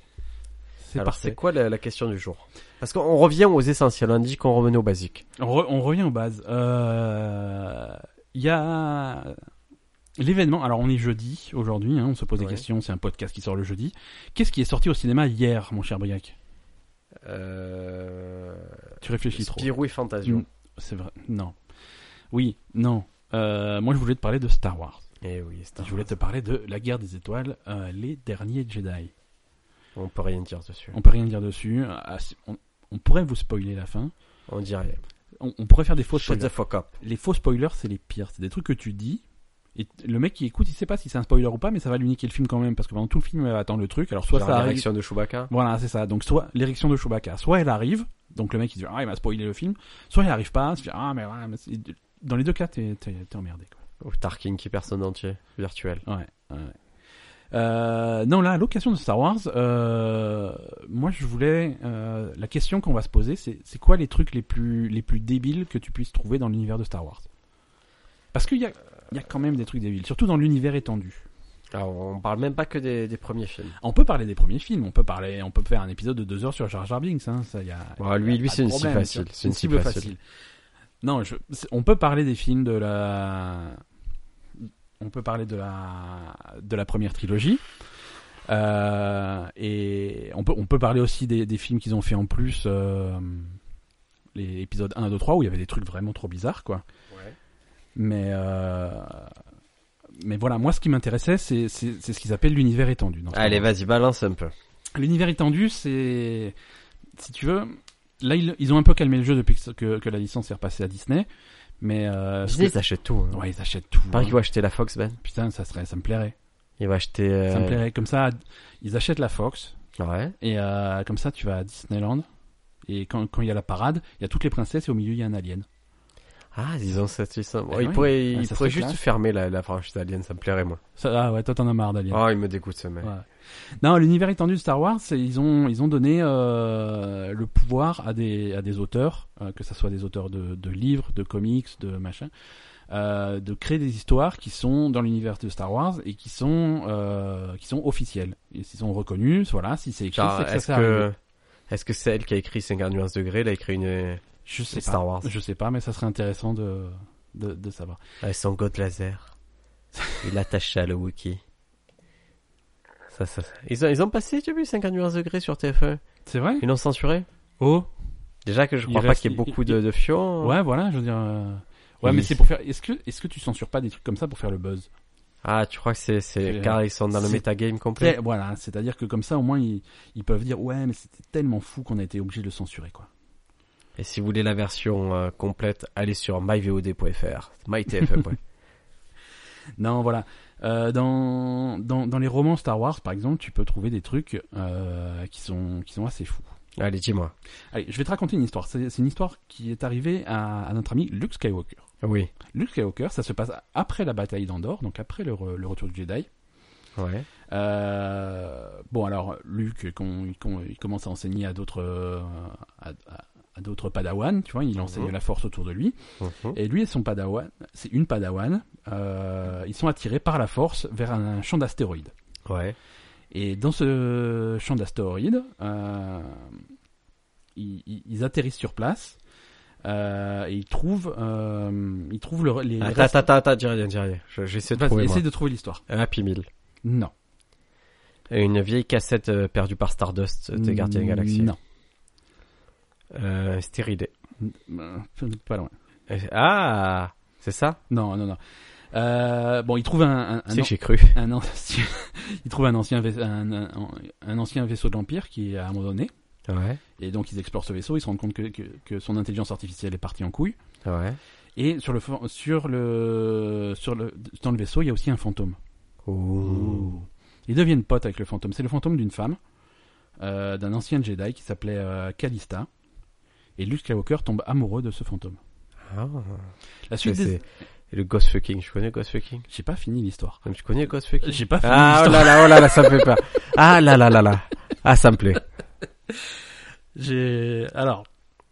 C'est
Alors,
parfait.
c'est quoi la, la question du jour Parce qu'on revient aux essentiels. On a dit qu'on revenait aux basiques.
On, re- on revient aux bases. Euh, Il y a l'événement. Alors on est jeudi aujourd'hui. hein, on se pose des
Ouais.
questions. C'est un podcast qui sort le jeudi. Qu'est-ce qui est sorti au cinéma hier, mon cher Briac
Euh...
Tu réfléchis trop.
Spirou et Fantasio.
Mm. C'est vrai. Non. Oui. Non. Euh, moi, je voulais te parler de Star Wars.
Eh oui, Star
Je voulais te parler de La Guerre des Étoiles, euh, les derniers Jedi.
Wars. On peut rien dire dessus.
On peut rien dire dessus. Ah, si- On, on pourrait vous spoiler la fin.
On dirait.
On, on pourrait faire des faux
Shut
spoilers.
the fuck up.
Les faux spoilers, c'est les pires. C'est des trucs que tu dis. Et t- le mec qui écoute, il sait pas si c'est un spoiler ou pas, mais ça va lui niquer le film quand même. Parce que pendant tout le film, il va attendre le truc. Alors soit
Genre
ça
la
arrive.
réaction de Chewbacca.
Voilà, c'est ça. Donc soit l'érection de Chewbacca, soit elle arrive, donc le mec il dit ah il m'a spoilé le film, soit il arrive pas, il se dit, ah mais ouais, mais c'est- dans les deux cas t'es t'es t'es emmerdé quoi.
Ou Tarkin qui perd son entier. Virtuel.
Ouais. ouais, ouais. Euh, non là, à l'occasion de Star Wars, euh, moi je voulais euh, la question qu'on va se poser, c'est c'est quoi les trucs les plus les plus débiles que tu puisses trouver dans l'univers de Star Wars Parce qu'il y a il y a quand même des trucs débiles, surtout dans l'univers étendu.
Alors, Ah, on parle même pas que des, des premiers films.
On peut parler des premiers films, on peut parler, on peut faire un épisode de deux heures sur Jar Jar Binks. Hein, ça, y a,
Bon,
y a
Bah, lui- lui,
pas de
c'est une
problème,
cible
tu vois.
facile, c'est une cible facile.
Non, je- c'est- on peut parler des films de la, on peut parler de la, de la première trilogie. Euh, et on peut, on peut parler aussi des, des films qu'ils ont fait en plus, euh, les épisodes 1, 2, 3, où il y avait des trucs vraiment trop bizarres, quoi. Mais, euh, mais voilà, moi, ce qui m'intéressait, c'est c'est- c'est ce qu'ils appellent l'univers étendu. dans Star
Allez,
Wars.
vas-y, balance un peu.
L'univers étendu, c'est. Si tu veux. Là, ils, ils ont un peu calmé le jeu depuis que, que- que la licence est repassée à Disney. Mais. Euh, ce
Disney,
que-
ils achètent tout. Hein.
Ouais, ils achètent tout.
Pareil
hein.
qu'ils vont acheter la Fox, Ben.
Putain, ça, serait, ça me plairait.
Ils vont acheter. euh,
Ça me plairait. Comme ça, ils achètent la Fox.
Ouais.
Et euh, comme ça, tu vas à Disneyland. Et quand quand il y a la parade, il y a toutes les princesses et au milieu, il y a un alien.
Ah, ils ont cette licence. Bon,
Eh
ils
oui.
pourraient,
Ah,
ils
ça
pourraient
serait
juste
classe.
fermer la, la franchise Alien, ça me plairait, moi.
Ça, ah ouais, toi, t'en as marre d'alien.
Oh, il me dégoûte, ce mec.
Ouais. Non, l'univers étendu de Star Wars, c'est- ils ont ils ont donné euh, le pouvoir à des à des auteurs, euh, que ça soit des auteurs de, de livres, de comics, de machin, euh, de créer des histoires qui sont dans l'univers de Star Wars et qui sont euh, qui sont officielles et qui sont reconnues. Voilà, si c'est écrit,
Genre,
c'est que ça
est-ce
s'est arrivé.
que, est-ce que c'est elle qui a écrit 50 nuances degrés, elle a écrit une,
Je sais pas.
Star Wars?
Je sais pas, mais ça serait intéressant de de, de savoir.
Avec son god laser. Il l'attache à le Wookie. Ça, ça, ça. Ils ont, ils ont passé, tu as vu, 50 nuances degrés sur TF1.
C'est vrai.
Ils l'ont censuré.
Oh.
Déjà que je
Il
crois pas
reste-
qu'il y ait
il-
beaucoup
il-
de, hein. de fions.
Ouais, voilà. Je veux dire. euh, Ouais,
Oui.
mais c'est pour faire. Est-ce que est-ce que tu censures pas des trucs comme ça pour faire le buzz?
Ah, tu crois que c'est, c'est,
Euh,
car ils sont dans le
c'est-
metagame
C'est-
complet?
voilà, c'est-à-dire que comme ça, au moins, ils, ils peuvent dire ouais, mais c'était tellement fou qu'on a été obligé de le censurer, quoi.
Et si vous voulez la version euh, complète, allez sur myvod.fr. mytf.fr.
Non, voilà. Euh, dans, dans dans les romans Star Wars, par exemple, tu peux trouver des trucs euh, qui sont qui sont assez fous.
allez, dis-moi.
Allez, je vais te raconter une histoire. C'est c'est une histoire qui est arrivée à, à notre ami Luke Skywalker.
Oui.
Luke Skywalker, ça se passe après la bataille d'Andorre, donc après le, re- le retour du Jedi.
Ouais.
Euh, bon alors Luc qu'on- il- qu'on- il commence à enseigner à d'autres euh, à, à- à d'autres padawan tu vois il enseigne
Mhm.
la force autour de lui
Mhm.
et lui et son padawan c'est une padawan euh, ils sont attirés par la force vers un champ d'astéroïdes
Ouais.
et dans ce champ d'astéroïdes euh, ils, ils- ils atterrissent sur place euh, et ils trouvent euh, ils trouvent le- les
Attends, attends, attends, attends, dis rien, dis rien. Je- J'essaie de
Vas-y,
trouver, moi.
essaye de trouver l'histoire
Un Happy Meal.
non
Et Une vieille cassette euh, perdue par Stardust des Gardiens de la Galaxie.
Mmh, non
Euh, c'était ridé.
Euh, pas loin
Euh, Ah C'est ça
Non, non, non. Euh, bon, il trouve un, un, un,
C'est que j'ai cru.
un ancien, il trouve un ancien, vais- un, un- un ancien vaisseau de l'Empire qui est abandonné.
Ouais.
Et donc ils explorent ce vaisseau, ils se rendent compte que, que, que son intelligence artificielle est partie en couille.
Ouais.
Et sur le, for- sur le, sur le, dans le vaisseau, il y a aussi un fantôme.
Ouh.
Ils deviennent potes avec le fantôme. C'est le fantôme d'une femme, euh, d'un ancien Jedi qui s'appelait euh, Calista. Et Luke Skywalker tombe amoureux de ce fantôme.
Ah.
La
C'est
suite des...
c'est le Ghost Fucking. Tu connais Ghost Fucking
J'ai pas fini l'histoire.
Non, mais Tu connais Ghost Fucking
J'ai pas fini
Ah oh
l'histoire.
là là, oh là là, ça me fait peur. Ah là là là là. Ah, ça me plaît.
J'ai. Alors.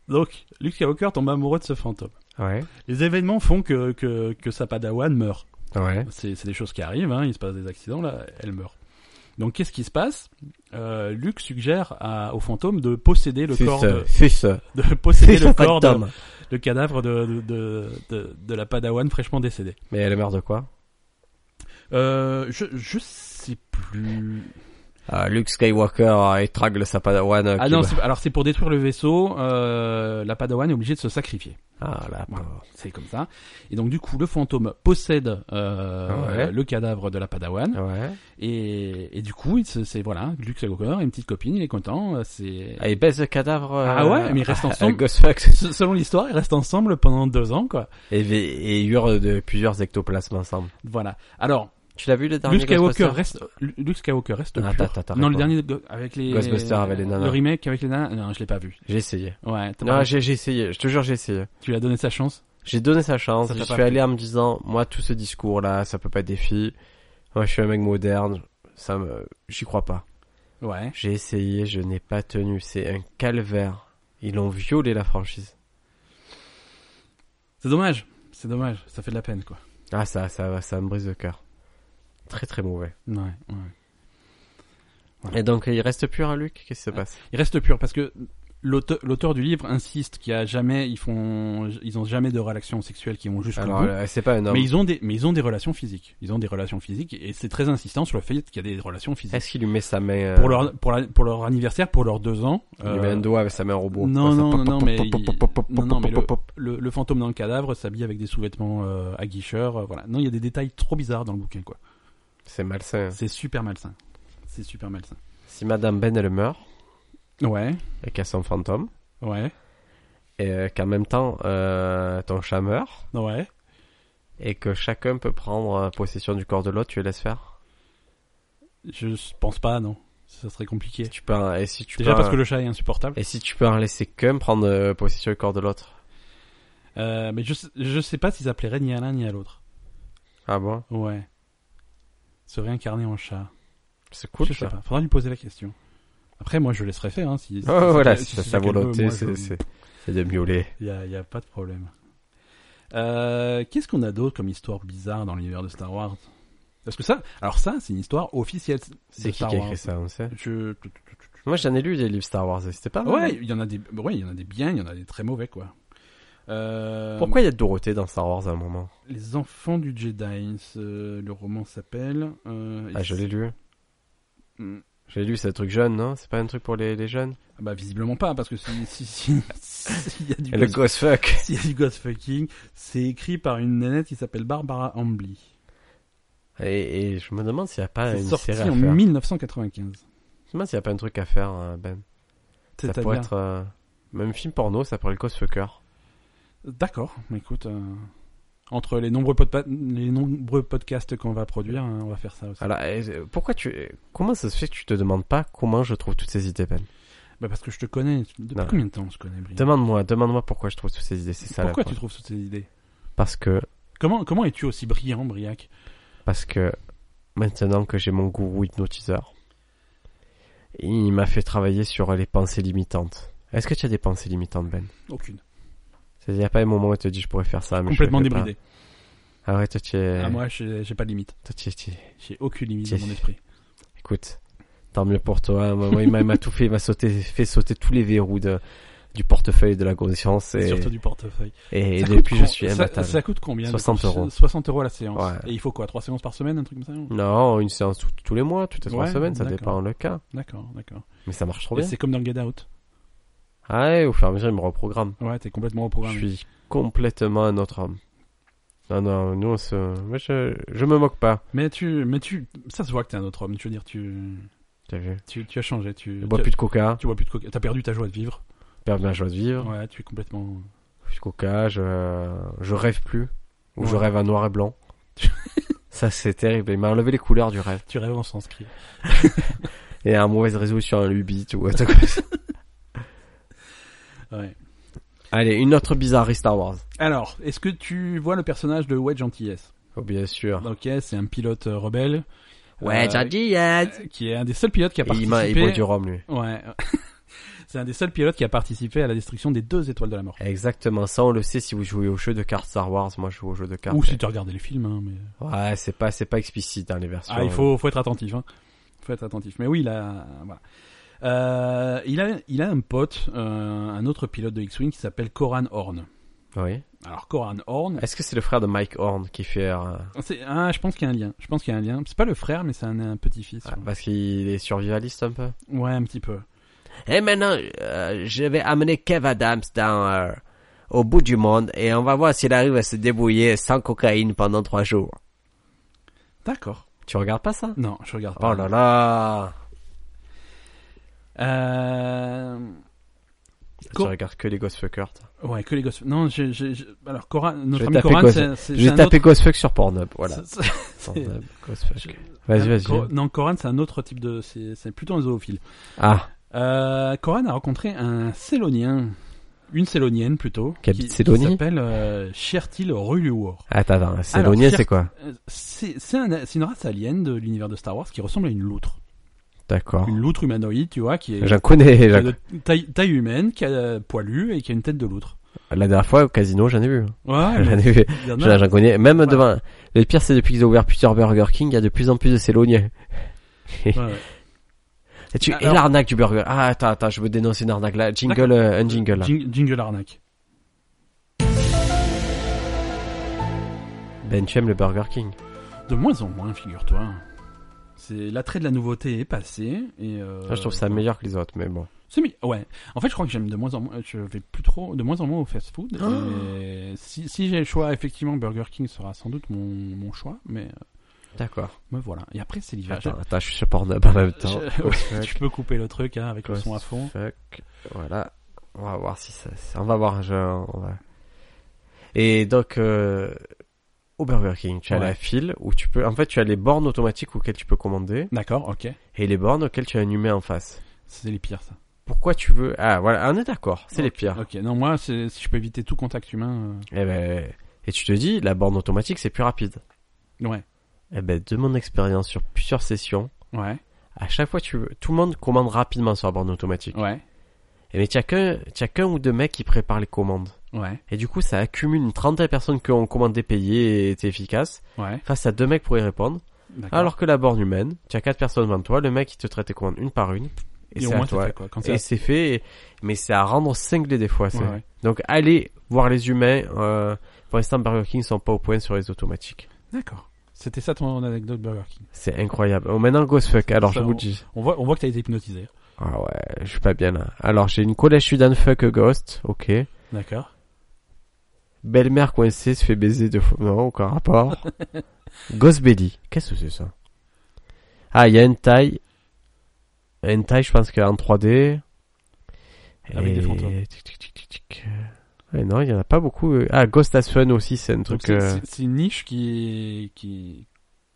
Donc, Luke Skywalker tombe amoureux de ce fantôme.
Ouais.
Les événements font que, que, que sa padawan meurt.
Ouais.
C'est c'est des choses qui arrivent, hein, il se passe des accidents, là, elle meurt. Donc qu'est-ce qui se passe euh, Luke suggère à, au fantôme de posséder le
C'est
corps
ça,
de,
c'est ça.
de posséder
C'est
le
ça,
corps de,
fantôme.
le cadavre de, de, de, de- de la Padawan fraîchement décédée.
Mais elle est meurt de quoi
Euh, je je sais plus.
Ah, Luke Skywalker euh, étrangle sa padawan. euh,
Ah
qui
non,
va-
c'est- alors c'est pour détruire le vaisseau. euh, la Padawan est obligée de se sacrifier.
Ah la
Voilà.
pauvre.
C'est comme ça. Et donc du coup, le fantôme possède euh,
Ouais. Ah.
le cadavre de la Padawan.
Ouais.
Et, et du coup, il se- c'est voilà, Luke Skywalker, une petite copine, il est content. euh, C'est
Ah, il baise le cadavre. euh,
Ah ouais, mais il reste
à-
ensemble.
à Ghostfax.
S- selon l'histoire, ils restent ensemble pendant deux ans, quoi.
Et, et il hurle de plusieurs ectoplasmes ensemble.
Voilà. Alors,
Tu l'as vu le dernier
Luke Skywalker
Ghostbusters
reste, Luke Skywalker reste
Ah,
pur.
t'as- t'as
non, le
raison.
dernier go- avec les
Ghostbusters avec les nanas.
le remake avec les nanas, non, je l'ai pas vu.
J'ai essayé.
Ouais, t'as pas
Non,
vu.
j'ai j'ai essayé. Je te jure, j'ai essayé.
tu lui as donné sa chance.
J'ai donné sa chance.
Ça t'a
Je
pas
suis
plu.
allé en me disant, moi, tout ce discours-là, ça peut pas être des filles. Moi, je suis un mec moderne. Ça me, j'y crois pas.
Ouais.
J'ai essayé, je n'ai pas tenu. C'est un calvaire. Ils ont violé la franchise.
C'est dommage. C'est dommage. Ça fait de la peine, quoi.
Ah, ça, ça, ça me brise le cœur. Très, très mauvais.
Ouais. ouais.
Et donc, il reste plus un Luc. Qu'est-ce qui se
Ah.
passe
Il reste pur parce que l'auteur l'auteur du livre insiste qu'il y a jamais ils font ils ont jamais de relations sexuelles qui vont jusqu'au
Alors,
bout.
euh, c'est pas un homme.
Mais ils ont des mais ils ont des relations physiques. Ils ont des relations physiques et c'est très insistant sur le fait qu'il y a des relations physiques.
Est-ce qu'il lui met sa main euh,
Pour leur pour, la- pour leur anniversaire, pour leurs deux ans.
Il lui
euh,
met un doigt avec sa main robot.
Non,
Comme ça,
non,
pop,
non, non,
pop,
mais
pop,
il-
pop, pop, pop,
non, non, mais
pop, pop, pop.
le, le fantôme dans le cadavre s'habille avec des sous-vêtements euh, à guicheur. euh, voilà. Non, il y a des détails trop bizarres dans le bouquin, quoi.
C'est malsain. hein.
C'est super malsain. C'est super malsain.
Si Madame Ben, elle meurt,
Ouais,
et qu'elle son fantôme,
ouais,
et euh, qu'en même temps, euh, ton chat meurt,
ouais.
et que chacun peut prendre euh, possession du corps de l'autre, tu les laisses faire
Je pense pas, non. Ça serait compliqué.
Si tu peux, en- et si tu
Déjà
peux, en-
parce que le chat est insupportable.
Et si tu peux en laisser qu'un prendre euh, possession du corps de l'autre
Euh, mais je, sais- je sais pas si ça plairait ni à l'un ni à l'autre.
Ah bon
Ouais. Se réincarner en chat.
C'est cool,
je sais
ça.
pas. Faudra lui poser la question. Après, moi, je laisserai faire. Hein, si, si-
Oh,
si-
voilà,
si-
c'est
si c'est
sa
ça qu'elle veut,
volonté,
moi,
c'est
je-
c'est- c'est de miauler.
Il n'y a, y a pas de problème. Euh, Qu'est-ce qu'on a d'autre comme histoire bizarre dans l'univers de Star Wars Parce que ça, alors ça, c'est une histoire officielle. de
C'est qui
Star
qui a
Wars.
écrit ça, on sait
Je...
Moi, j'en ai lu des livres Star Wars, et c'était pas mal.
Ouais, il y en a des, ouais, il y en a des biens, il y en a des très mauvais quoi. Euh,
Pourquoi il y a Dorothée dans Star Wars à un moment
Les enfants du Jedi, ce- le roman s'appelle. euh,
Ah, je l'ai lu.
Hmm.
Je l'ai lu, c'est un truc jeune, non C'est pas un truc pour les, les jeunes
Ah Bah visiblement pas parce que si si si s'il y a du
Le
ghost-
ghost fuck
s'il y a du ghost fucking, c'est écrit par une nanette qui s'appelle Barbara Ambly.
et, et je me demande s'il n'y a pas
c'est
Ah, une
sorti
série à
en
faire.
1995.
Je me demande s'il n'y a pas un truc à faire, euh, Ben. Ça
C'est-à-dire-
pourrait être... euh, Même film porno, ça pourrait le ghost fucker.
D'accord, mais écoute, euh, entre les nombreux, podpa- les nombreux podcasts qu'on va produire, hein, on va faire ça aussi.
Alors, euh, pourquoi tu... Comment ça se fait que tu te demandes pas comment je trouve toutes ces idées, Ben
Bah parce que je te connais. Depuis
Non.
combien de temps on se connaît, Brice
Demande-moi, demande-moi pourquoi je trouve toutes ces idées, c'est ça
Pourquoi
la
tu
preuve.
trouves toutes ces idées
Parce que...
Comment, comment es-tu aussi brillant, Briac
Parce que... Maintenant que j'ai mon gourou hypnotiseur, il m'a fait travailler sur les pensées limitantes. Est-ce que tu as des pensées limitantes, Ben
Aucune.
Il n'y a pas un moment où tu te dis je pourrais faire ça, mais
Complètement
je le fais pas.
débridé.
Ah ouais, toi tu es...
Ah, moi, j'ai j'ai pas de limite.
Toi, tu es- tu es-
J'ai aucune limite dans
Tiens.
mon esprit.
Écoute, tant mieux pour toi. hein. Moi, moi, il m'a il m'a tout fait, il m'a sauté, fait sauter tous les verrous de, du portefeuille de la conscience et,
Surtout du portefeuille.
et,
Ça coûte
depuis je
com-
suis
ça-
imbattable.
Ça, coûte combien de
60
courses
euros.
60 euros la séance.
Ouais.
Et il faut quoi Trois séances par semaine, un truc comme ça
Non, une séance tout- tous les mois, toutes les trois
Ouais,
semaines, ça
d'accord.
dépend le cas.
D'accord, d'accord.
Mais ça marche trop
Et
bien.
c'est comme dans Get Out.
Ah ouais, au fur et à mesure, il me reprogramme.
Ouais, t'es complètement au
Je
programme.
suis complètement un autre homme. Non, non, nous on se... Moi je, je me moque pas,
Mais tu, mais tu, ça se voit que t'es un autre homme. Tu veux dire, tu,
t'as vu.
Tu, tu as changé, tu,
Je bois
tu,
plus de coca,
tu bois plus de coca, t'as perdu ta joie de vivre.
je perds ma joie de vivre,
Ouais, tu es complètement.
plus de coca, je, je rêve plus. Ou je
Ouais.
rêve en noir et blanc. ça c'est terrible, il m'a enlevé les couleurs du rêve.
Tu rêves en sanskrit.
Et un mauvaise résolution, un lubit ou autre chose.
Ouais.
Allez, une autre bizarrerie Star Wars.
Alors, est-ce que tu vois le personnage de Wedge Antilles
Oh, bien sûr.
Ok, c'est un pilote euh, rebelle. euh,
dit yes.
euh, Qui est un des seuls pilotes qui a
Il,
participé.
m'a- il boit du rhum, lui.
Ouais. c'est un des seuls pilotes qui a participé à la destruction des deux étoiles de la mort.
Exactement, ça on le sait si vous jouez au jeu de cartes Star Wars. Moi je joue au jeu de cartes.
Ou si tu as regardé les films, hein, mais.
Ouais, c'est pas, c'est pas explicite dans les versions.
Ah, il faut, faut être attentif. Hein. faut être attentif. Mais oui, là, voilà. Euh, il, a, il a un pote, euh, un autre pilote de X-Wing qui s'appelle Coran Horn.
Oui.
Alors Coran Horn,
Est-ce que c'est le frère de Mike Horn qui fait... euh,
c'est- ah, je pense qu'il y a un lien. Je pense qu'il y a un lien. C'est pas le frère, mais c'est un, un petit-fils.
ah, parce qu'il est survivaliste un peu
ouais. Ouais, un petit peu.
Et maintenant, euh, je vais amener Kev Adams dans, euh, au bout du monde et on va voir s'il arrive à se débrouiller sans cocaïne pendant trois jours.
D'accord.
Tu regardes pas ça
Non, je regarde pas.
Oh là là
Euh...
Tu
Co-
regardes que les Ghostfuckers. toi.
Ouais, que les gosses. Non, je, je, je- alors Coran, notre
vais
ami
taper
Coran,
gosse-
c'est c'est-
Je
c'est
vais
un
taper
autre-
Ghostfuck sur Pornhub, voilà.
c'est- c'est-
Pornhub, Ghostfuck.
Je-
Vas-y, vas-y.
Cor- Non, Coran, c'est un autre type de. C'est c'est plutôt un zoophile.
Ah,
Euh, Coran a rencontré un Célonien, une Célonienne plutôt,
Qui habite Célonie
qui s'appelle euh, Chertil Ruluor.
attends, attends. Cédonien,
Pierre-
c'est quoi
Euh, C'est c'est un- c'est une race alien de l'univers de Star Wars qui ressemble à une loutre.
D'accord.
Une loutre humanoïde, tu vois, qui est
J'en connais.
qui est
j'en-
de taille, taille humaine, qui a euh, poilu et qui a une tête de loutre.
La dernière fois au casino, j'en ai vu.
Ouais,
J'en
Ah, mais-
ai vu.
il y en a-
J'en j'en connais. Même
Ouais.
devant. Le pire, c'est depuis qu'ils ont ouvert plusieurs Burger King, il y a de plus en plus de Céloniens.
ouais, ouais.
Et, tu... et
Alors-
l'arnaque du burger. Ah, attends, attends, je veux dénoncer une arnaque là. Jingle, euh, un jingle là.
Jing- jingle arnaque.
Ben, tu aimes le Burger King
De moins en moins, figure-toi. C'est l'attrait de la nouveauté est passé et. euh,
Ah, Je trouve ça meilleur que les autres, mais bon.
C'est mi- ouais. En fait, je crois que j'aime de moins en moins. Je vais plus trop, de moins en moins au fast-food. et Si, si j'ai le choix, effectivement, Burger King sera sans doute mon, mon choix, mais euh,
D'accord.
me voilà. Et après, c'est l'hiver.
Attends, attends, je suis sur Pornhub en même temps.
Je- tu peux couper le truc hein, avec le son à fond.
Fuck. Voilà. On va voir si ça. ça- On va voir. Je... on va- Et donc, euh, au Burger King, tu as
Ouais.
la file où tu peux. En fait, tu as les bornes automatiques auxquelles tu peux commander
D'accord, ok.
et les bornes auxquelles tu as un humain en face.
C'est les pires, ça.
Pourquoi tu veux. Ah, voilà, on est d'accord. C'est les pires.
Ok, non, moi, c'est- si je peux éviter tout contact humain.
Eh ben, et tu te dis, la borne automatique, c'est plus rapide.
euh, Ouais,
Eh ben, de mon expérience sur plusieurs sessions,
ouais,
à chaque fois, tu veux... tout le monde commande rapidement sur la borne automatique.
ouais,
Eh Mais tu as qu'un tu as qu'un ou deux mecs qui préparent les commandes.
ouais,
Et du coup, ça accumule une trentaine de personnes qui ont commandé payé et étaient efficaces,
ouais.
face à deux mecs pour y répondre.
d'accord.
Alors que la borne humaine, tu as quatre personnes devant toi, le mec il te traite tes commandes une par une, et,
Et au
c'est à
moins, c'est
toi.
fait, quoi. Quand c'est
Et c'est fait, et- mais c'est à rendre cinglé des fois. c'est-
Ouais, ouais.
Donc allez voir les humains, euh, pour l'instant Burger King sont pas au point sur les automatiques.
D'accord. C'était ça ton anecdote Burger King.
C'est incroyable. Oh, maintenant Ghost Fuck, alors
Ça,
je vous le dis.
On voit, on voit que t'as été hypnotisé.
Ah ouais, je suis pas bien là. Alors j'ai une collège Sudan Fuck Ghost, ok.
D'accord.
Belle-mère coincée se fait baiser deux fois. Non, aucun rapport. Ghost Belly. Qu'est-ce que c'est ça Ah, il y a une taille. Une taille, je pense qu'elle est en 3D.
Avec des fantômes.
tic, tic, tic, tic, tic. Ouais, non, il y en a pas beaucoup. euh. Ah, Ghost as Fun aussi, c'est un
Donc
truc.
c'est-
euh,
c'est c'est une niche qui est- qui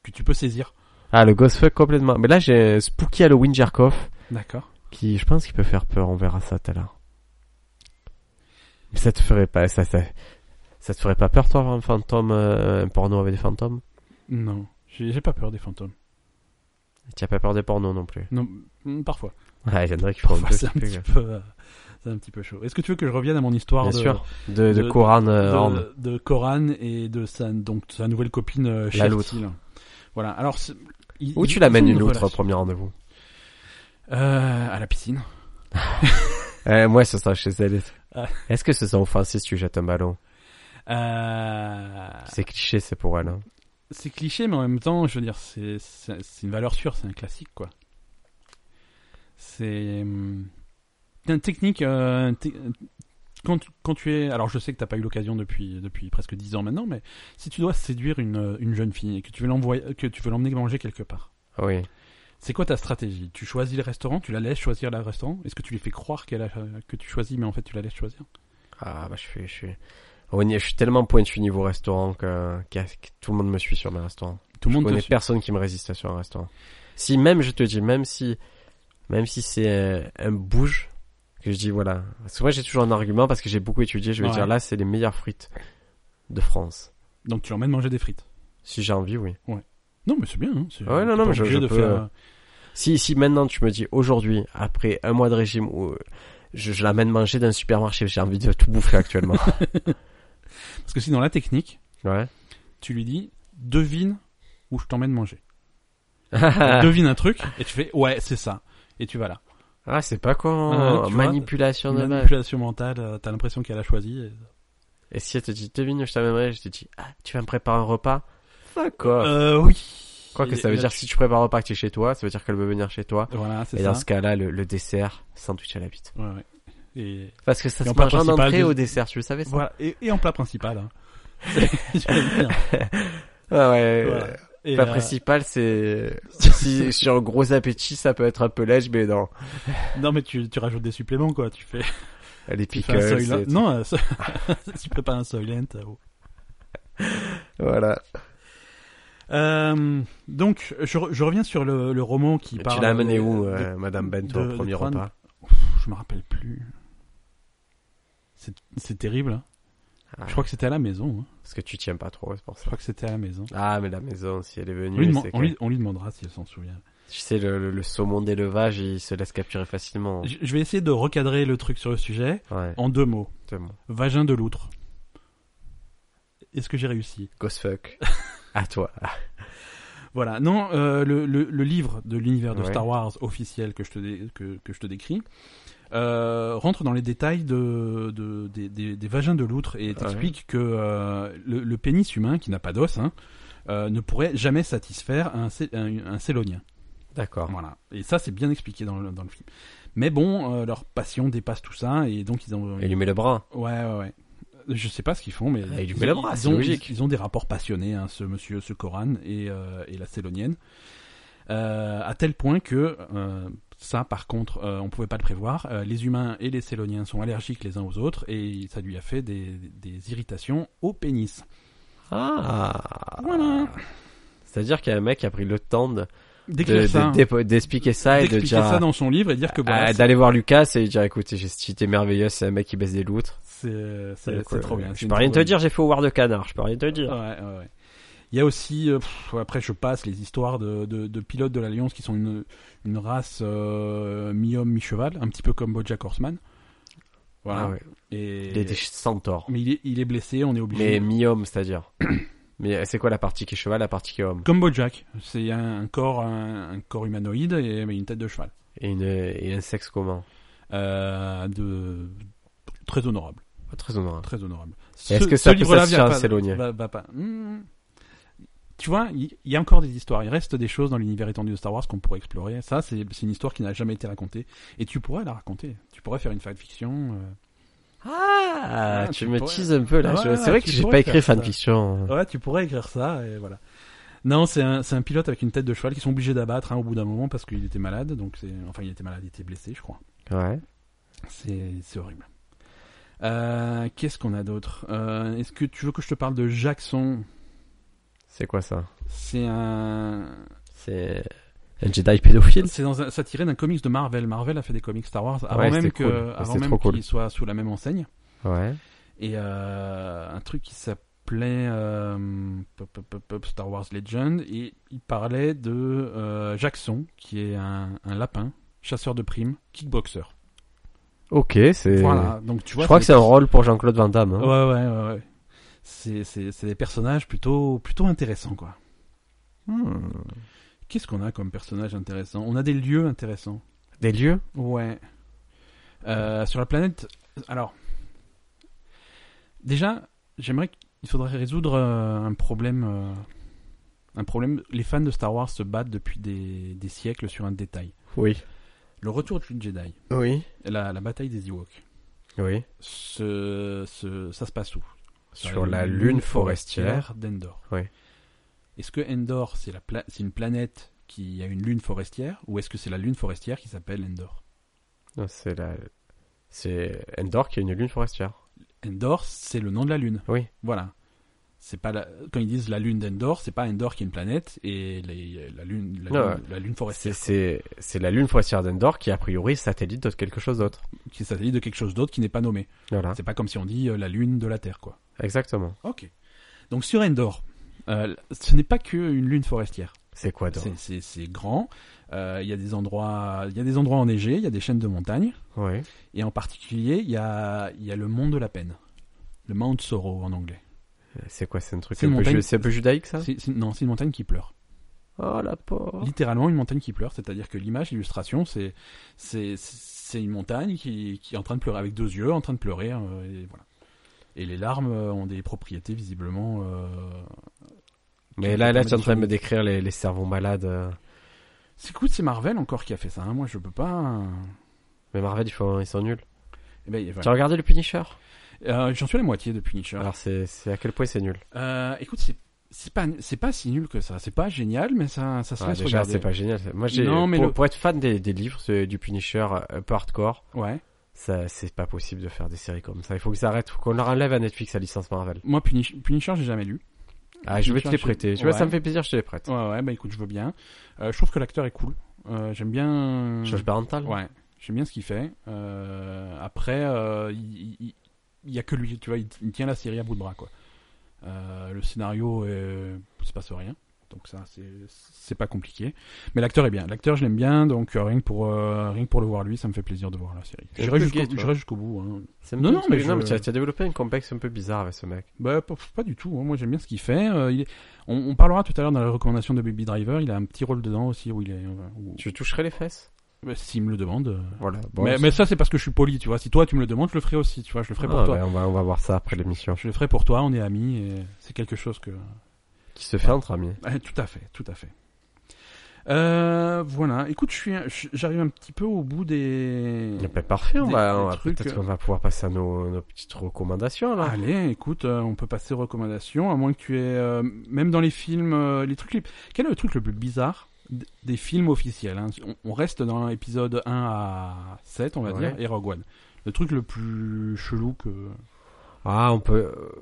que tu peux saisir.
Ah, le Ghost Fuck complètement. Mais là, j'ai Spooky Halloween Jarkov.
D'accord.
Qui, je pense qu'il peut faire peur. On verra ça tout à l'heure. Mais ça te ferait pas. Ça, ça, ça te ferait pas peur, toi, un fantôme. euh, un porno avec des fantômes
Non, j'ai j'ai pas peur des fantômes.
Tu as pas peur des pornos non plus
Non, mm, parfois.
Ouais, il y en a qui font un
Parfois
peu
c'est un
flipper,
petit
gars.
peu, euh, c'est un petit peu chaud. Est-ce que tu veux que je revienne à mon histoire
Bien
de,
sûr, de, de,
de-
Coran
de,
euh, Horn.
de Coran et de sa donc sa nouvelle copine euh,
La
Chertil.
loutre.
Voilà. Alors c'est- ils-
Où
ils-
tu
ils
l'amènes
ont
une autre au
relation.
premier rendez-vous
Euh, à la piscine.
euh, Moi, ce sera chez elle.
Ah.
Est-ce que ce sera offensif si tu jettes un ballon
Euh,
C'est cliché, c'est pour elle. hein.
c'est cliché, mais en même temps, je veux dire, c'est c'est- c'est une valeur sûre, c'est un classique, quoi. C'est hum, c'est une technique. euh, te- quand, tu- quand tu es, alors je sais que t'as pas eu l'occasion depuis depuis presque 10 ans maintenant, mais si tu dois séduire une, euh, une jeune fille et que tu veux l'envoyer, que tu veux l'emmener manger quelque part,
Ah Oui.
c'est quoi ta stratégie Tu choisis le restaurant, tu la laisses choisir le restaurant. Est-ce que tu lui fais croire qu'elle a- que tu choisis, mais en fait tu la laisses choisir
Ah, bah, je suis. Je suis... on y est- je suis tellement pointu niveau restaurant que, que- que tout le monde me suit sur mes restaurants.
Tout le
Je
monde te
connais
suit.
personne qui me résiste sur un restaurant. Si même, je te dis, même si, même si c'est euh, un bouge, que je dis voilà. Parce que moi j'ai toujours un argument parce que j'ai beaucoup étudié. Je vais
Ouais.
dire là, c'est les meilleures frites de France.
Donc tu l'emmènes manger des frites.
Si j'ai envie, oui.
Non, mais c'est bien. Hein, c'est-
Ah Ouais,
t'es
non, non,
pas
mais je-
obligé
je
de
peux- hein.
faire. euh,
Si, si maintenant tu me dis aujourd'hui, après un mois de régime où euh, je, je l'amène manger d'un supermarché, j'ai envie de tout bouffer actuellement.
Parce que sinon la technique.
ouais.
tu lui dis devine où je t'emmène manger. devine un truc et tu fais ouais c'est ça et tu vas là.
Ah, c'est pas con.
Ah, tu vois,
manipulation de mal.
Manipulation mentale, euh, t'as l'impression qu'elle a choisi. et-
Et si elle te dit, devine, je t'amènerai, je te dis, ah, tu vas me préparer un repas. Fuck off.
Euh, oui.
Quoi Ah. que
Et
ça veut
là,
dire,
tu-
si tu prépares un repas que tu es chez toi, ça veut dire qu'elle veut venir chez toi.
Voilà, c'est
Et
ça.
dans ce cas-là, le, le dessert, sandwich à la bite.
Ouais, ouais. Et
Parce que ça
Et
se
en plat
mange en
principal,
entrée
des-
au dessert, tu le savais ça
voilà. Et, et en plat principal. hein. J'allais le dire.
Ah ouais.
Voilà. Et,
Plat
euh,
principal, c'est si sur un gros appétit, ça peut être un peu lèche, mais non.
Non mais tu, tu rajoutes des suppléments quoi. Tu fais,
Les
tu fais un
pickles,
Soylent-
c'est-
Non, un so- tu peux pas un Soylent. euh, oh. ou-
voilà.
Euh, donc je, re- je reviens sur le, le roman qui
Et
parle.
tu l'as amené
de-
où,
de-
euh, Madame Bento,
de-
au
de
premier
Crohn.
repas
Pff, Je me rappelle plus. C'est c'est terrible. hein.
Ah.
Je crois que c'était à la maison. hein.
Parce que tu tiens pas trop, c'est pour
Je
ça.
crois que c'était à la maison.
Ah, mais la maison, si elle est
On
venue,
lui, deman-
c'est
on
que-
lui- on lui demandera si elle s'en souvient.
Tu sais, le, le- le saumon d'élevage, il se laisse capturer facilement.
Je je vais essayer de recadrer le truc sur le sujet
Ouais,
en deux mots.
exactement.
Vagin de loutre. Est-ce que j'ai réussi
Gosse fuck. à toi.
Voilà. Non, euh, le, le- le livre de l'univers de
Ouais.
Star Wars officiel que je te, dé- que, que je te décris euh, rentre dans les détails de, de- des, des- des vagins de loutre et t'explique que euh, le, le pénis humain, qui n'a pas d'os, hein, euh, ne pourrait jamais satisfaire un, cé- un, un célonien.
D'accord.
Voilà. Et ça, c'est bien expliqué dans le, dans le film. Mais bon, euh, leur passion dépasse tout ça et donc ils ont,
Il lui met le bras.
Ouais, ouais, ouais. Je sais pas ce qu'ils font, mais
Ah, il lui
ils,
met le
ont-
bras,
ils
c'est
ont,
logique.
ils- ils ont des rapports passionnés, hein, ce monsieur, ce Coran et, euh, et la Célonienne, Euh, à tel point que euh, ça, par contre, euh, on pouvait pas le prévoir. Euh, les humains et les Céloniens sont allergiques les uns aux autres et ça lui a fait des, des irritations au pénis.
Ah.
Voilà.
C'est-à-dire qu'il y a un mec qui a pris le temps de,
D'écrire
de-
ça,
de- d'épo- d'expliquer ça et de
d'expliquer
dire,
ça dans son livre et dire que voilà,
ah, d'aller voir Lucas et dire, écoute, j'ai cette idée merveilleuse, c'est un mec qui baisse des loutres.
c'est- c'est c'est trop bien. Ah, c'est
Euh, Je
une
peux rien
trop
te
bonne
dire, j'ai fait au war de canard, je peux rien te dire.
Ouais, ouais, ouais. Il y a aussi, euh, pff, après je passe, les histoires de, de, de pilotes de l'Alliance qui sont une, une race euh, mi-homme, mi-cheval, un petit peu comme Bojack Horseman. Voilà.
Ah ouais.
Et...
Il est des centaures.
Mais il est, il est blessé, on est
Mais
obligé.
mi-homme, c'est-à-dire. Mais euh, c'est quoi la partie qui est cheval, la partie qui est homme?
Comme Bojack, c'est un, un corps, un, un corps humanoïde et mais une tête de cheval.
Et, une, et un sexe commun.
Euh, de... Très honorable,
Pas très honorable.
très honorable.
Et est-ce
Ce-
que ça
ce
peut
livre-là vient
satisfaire un
pas-
Célonien
va- va pas. Hmm. Tu vois, il il y, a encore des histoires. Il reste des choses dans l'univers étendu de Star Wars qu'on pourrait explorer. Ça, c'est c'est une histoire qui n'a jamais été racontée. Et tu pourrais la raconter. Tu pourrais faire une euh. fanfiction.
Ah,
Ah,
tu
tu
me
pourrais-
teases un peu là.
Ah
Je-
ouais,
c'est vrai
tu
que j'ai
pourrais
pas écrit
faire ça.
fanfiction.
euh. Ouais, tu pourrais écrire ça et voilà. Non, c'est un, c'est un pilote avec une tête de cheval qu'ils sont obligés d'abattre hein, au bout d'un moment parce qu'il était malade. Donc c'est, enfin, il était malade, il était blessé, je crois.
Ouais.
C'est, c'est horrible. Euh, qu'est-ce qu'on a d'autre Euh, Est-ce que tu veux que je te parle de Jackson
C'est quoi ça
C'est un,
C'est un Jedi pédophile.
C'est dans un, ça tirait d'un comics de Marvel. Marvel a fait des comics Star Wars avant
Ouais, c'était
même que,
cool.
avant
C'était
même
trop cool.
qu'ils soient sous la même enseigne.
Ouais.
Et euh, un truc qui s'appelait euh, pop, pop, pop, pop, Star Wars Legend et il parlait de euh, Jackson qui est un, un lapin chasseur de primes, kickboxer.
Ok, c'est.
Voilà. Donc tu vois.
je crois que c'est un rôle pour Jean-Claude Van Damme. hein.
Ouais ouais ouais. ouais. C'est c'est c'est des personnages plutôt plutôt intéressants quoi.
Hmm.
Qu'est-ce qu'on a comme personnage intéressant On a des lieux intéressants.
Des lieux
Ouais. Euh, sur la planète. Alors. Déjà, j'aimerais qu'il faudrait résoudre euh, un problème. euh, un problème. Les fans de Star Wars se battent depuis des, des siècles sur un détail.
Oui.
Le retour du Jedi.
Oui.
La, la bataille des Ewoks.
Oui.
Ce, ce- ça se passe où
Sur la lune forestière.
d'Endor.
Ouais.
Est-ce que Endor, c'est la pla- c'est une planète qui a une lune forestière ou est-ce que c'est la lune forestière qui s'appelle Endor
Non, C'est la. C'est Endor qui a une lune forestière.
Endor, c'est le nom de la lune.
Oui.
Voilà. C'est pas la- quand ils disent la lune d'Endor, c'est pas Endor qui est une planète et les- la lune, la,
Non,
lune, la lune
C'est
forestière
c'est c'est la lune forestière d'Endor qui a priori est satellite de quelque chose d'autre.
qui est satellite de quelque chose d'autre qui n'est pas nommé.
Voilà.
C'est pas comme si on dit euh, la lune de la Terre, quoi.
Exactement.
Ok. Donc sur Endor, euh, ce n'est pas que une lune forestière.
C'est quoi donc
C'est- C'est c'est grand. Euh, Il y a des endroits, il y a des endroits enneigés, il y a des chaînes de montagnes
Oui.
et en particulier il y a, il y a le mont de la peine, le Mount Sorrow en anglais.
C'est quoi C'est un truc
C'est
un
une
peu,
montagne-
ju- c'est un peu judaïque ça
C'est- c'est- non, c'est une montagne qui pleure.
Oh la pauvre.
littéralement une montagne qui pleure, c'est-à-dire que l'image, l'illustration, c'est c'est c'est une montagne qui, qui est en train de pleurer avec deux yeux, en train de pleurer, euh, et voilà. Et les larmes euh, ont des propriétés visiblement. euh,
Mais là, là, tu es en train de me décrire les, les cerveaux malades. euh.
C'est écoute, c'est Marvel encore qui a fait ça. hein, Moi, je peux pas. euh,
Mais Marvel, ils, font- ils sont nuls.
eh ben, voilà.
Tu as regardé le Punisher
Euh, J'en suis à la moitié de Punisher.
Alors, c'est c'est à quel point c'est nul
Euh, écoute, c'est c'est pas c'est pas si nul que ça. C'est pas génial, mais ça ça se
Ah,
laisse
Déjà,
regarder.
c'est pas génial. Moi, j'ai
Non, mais
pour,
le-
pour être fan des, des livres c'est- du Punisher euh, un peu hardcore,
Ouais.
ça, c'est pas possible de faire des séries comme ça. Il faut que ça arrête, faut qu'on leur enlève à Netflix la licence Marvel.
Moi, Punish- Punisher, j'ai jamais lu.
Ah, je vais te les
Punisher,
prêter.
j'ai-
Tu vois, ça
ouais.
me fait plaisir, je te les prête.
Ouais, ouais, bah écoute, je veux bien. Euh, je trouve que l'acteur est cool. Euh, j'aime bien.
Josh Barenthal
Ouais, j'aime bien ce qu'il fait. Euh, après, euh, il, il- il y a que lui, tu vois, il, il tient la série à bout de bras, quoi. Euh, le scénario, euh, il se passe rien. Donc ça, c'est c'est pas compliqué. Mais l'acteur est bien. L'acteur, je l'aime bien. Donc euh, rien que pour euh, rien que pour le voir lui, ça me fait plaisir de voir la série.
T'es un
J'irai
peu
jusqu'au
gay, toi.
j'irai jusqu'au bout. Hein.
C'est
Non,
un
non,
truc-
mais je-
tu as, tu as développé un complexe un peu bizarre avec ce mec.
Bah, pas, pas du tout. hein. Moi, j'aime bien ce qu'il fait. Euh, il est- on, on parlera tout à l'heure dans la recommandation de Baby Driver. Il a un petit rôle dedans aussi où il est. euh, où-
Tu toucherais les fesses
Bah, S'il me le demande. euh.
Voilà. bon,
mais, mais ça, c'est parce que je suis poli, tu vois. Si toi, tu me le demandes, je le ferai aussi, tu vois. Je le ferai pour
Ah,
toi.
ben, on, va, on va voir ça après l'émission.
Je le ferai pour toi. On est amis. et C'est quelque chose que.
Qui se fait entre amis.
Ouais, tout à fait, tout à fait. Euh, voilà. Écoute, je suis, un- je- j'arrive un petit peu au bout des.
Eh ben, parfait, on
Des-
va,
des
on va-
trucs,
peut-être
euh,
qu'on va pouvoir passer à nos, nos petites recommandations là.
Allez, écoute, euh, on peut passer aux recommandations, à moins que tu aies, euh, même dans les films, euh, les trucs les- Quel est le truc le plus bizarre d- des films officiels hein on, on reste dans l'épisode 1 à 7, on va
Ouais.
dire, et Rogue One. Le truc le plus chelou que...
Ah, on peut. euh,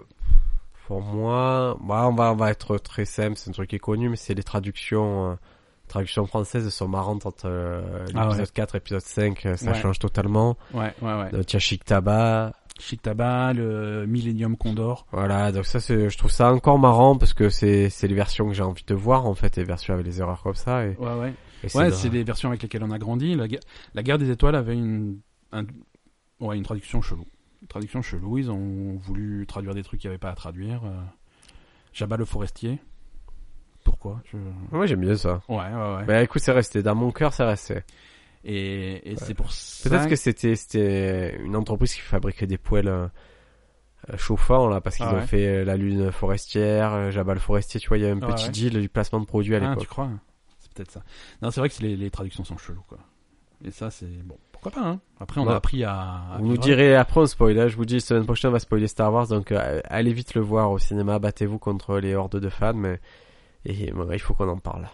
Pour moi, bah, on va, on va être très simple. C'est un truc qui est connu, mais c'est les traductions. euh, traductions françaises sont marrantes entre euh, l'épisode
Ah ouais.
4 et l'épisode 5. euh, Ça
Ouais.
change totalement.
Ouais, ouais, ouais.
Euh, Tiens, Chic Tabac.
Chic Tabac, le Millennium Condor.
Voilà, donc ça, c'est, je trouve ça encore marrant parce que c'est, c'est les versions que j'ai envie de voir en fait, les versions avec les erreurs comme ça. Et,
Ouais, ouais.
et c'est
Ouais,
drôle.
c'est des versions avec lesquelles on a grandi. La, guerre- la guerre des étoiles avait une, un- ouais, une traduction chelou. Une traduction chelou, ils ont voulu traduire des trucs qu'il n'y avait pas à traduire. euh, Jabba le forestier. Pourquoi Je-
Moi, j'aime bien ça.
Ouais, ouais, ouais.
Mais écoute, c'est resté dans mon cœur, c'est resté.
Et, et c'est pour ça.
Peut-être que c'était c'était une entreprise qui fabriquait des poêles euh, euh, chauffants là parce qu'ils
Ah
ont
ouais.
fait euh, la lune forestière, euh, Jabba le forestier, tu vois, il y a un
Ah
petit
ouais.
deal du placement de produits à
Ah,
l'époque.
tu crois C'est peut-être ça. Non, c'est vrai que c'est les, les traductions sont cheloues, quoi. Et ça, c'est. Bon, pourquoi pas, hein Après, on
Ouais.
a appris à. à
Vous nous
vivre.
direz après Bah, on spoil, hein, je vous dis semaine prochaine on va spoiler Star Wars donc euh, allez vite le voir au cinéma, battez-vous contre les hordes de fans mais et, bon, il faut qu'on en parle.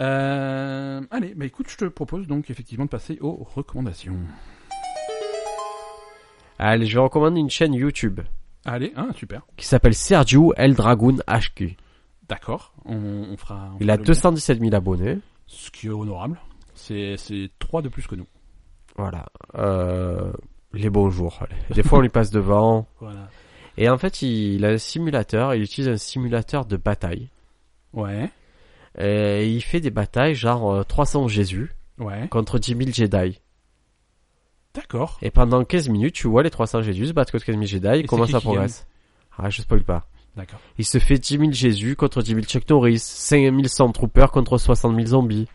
Euh, allez, bah écoute, je te propose donc effectivement de passer aux recommandations.
Allez, je vais recommander une chaîne YouTube
Allez, hein, super.
qui s'appelle Sergio El Dragoon HQ.
D'accord, on, on fera. on
Il
fera
a
le lien.
217 000 abonnés.
Ce qui est honorable. C'est c'est trois de plus que nous.
Voilà. Euh, les bons jours. allez. Des fois on lui passe devant.
Voilà.
Et en fait, il, il a un simulateur, il utilise un simulateur de bataille.
Ouais,
Et il fait des batailles genre euh, 300 Jésus
ouais.
contre 10 000 Jedi.
D'accord.
Et pendant 15 minutes, tu vois les 300 Jésus se battre contre 15 000 Jedi,
c'est
comment
qui
ça
qui
progresse Ah, je spoil pas.
D'accord.
Il se fait 10 000 Jésus contre 10 000 Chuck Norris, 5 000 Stormtroopers contre 60 000 zombies.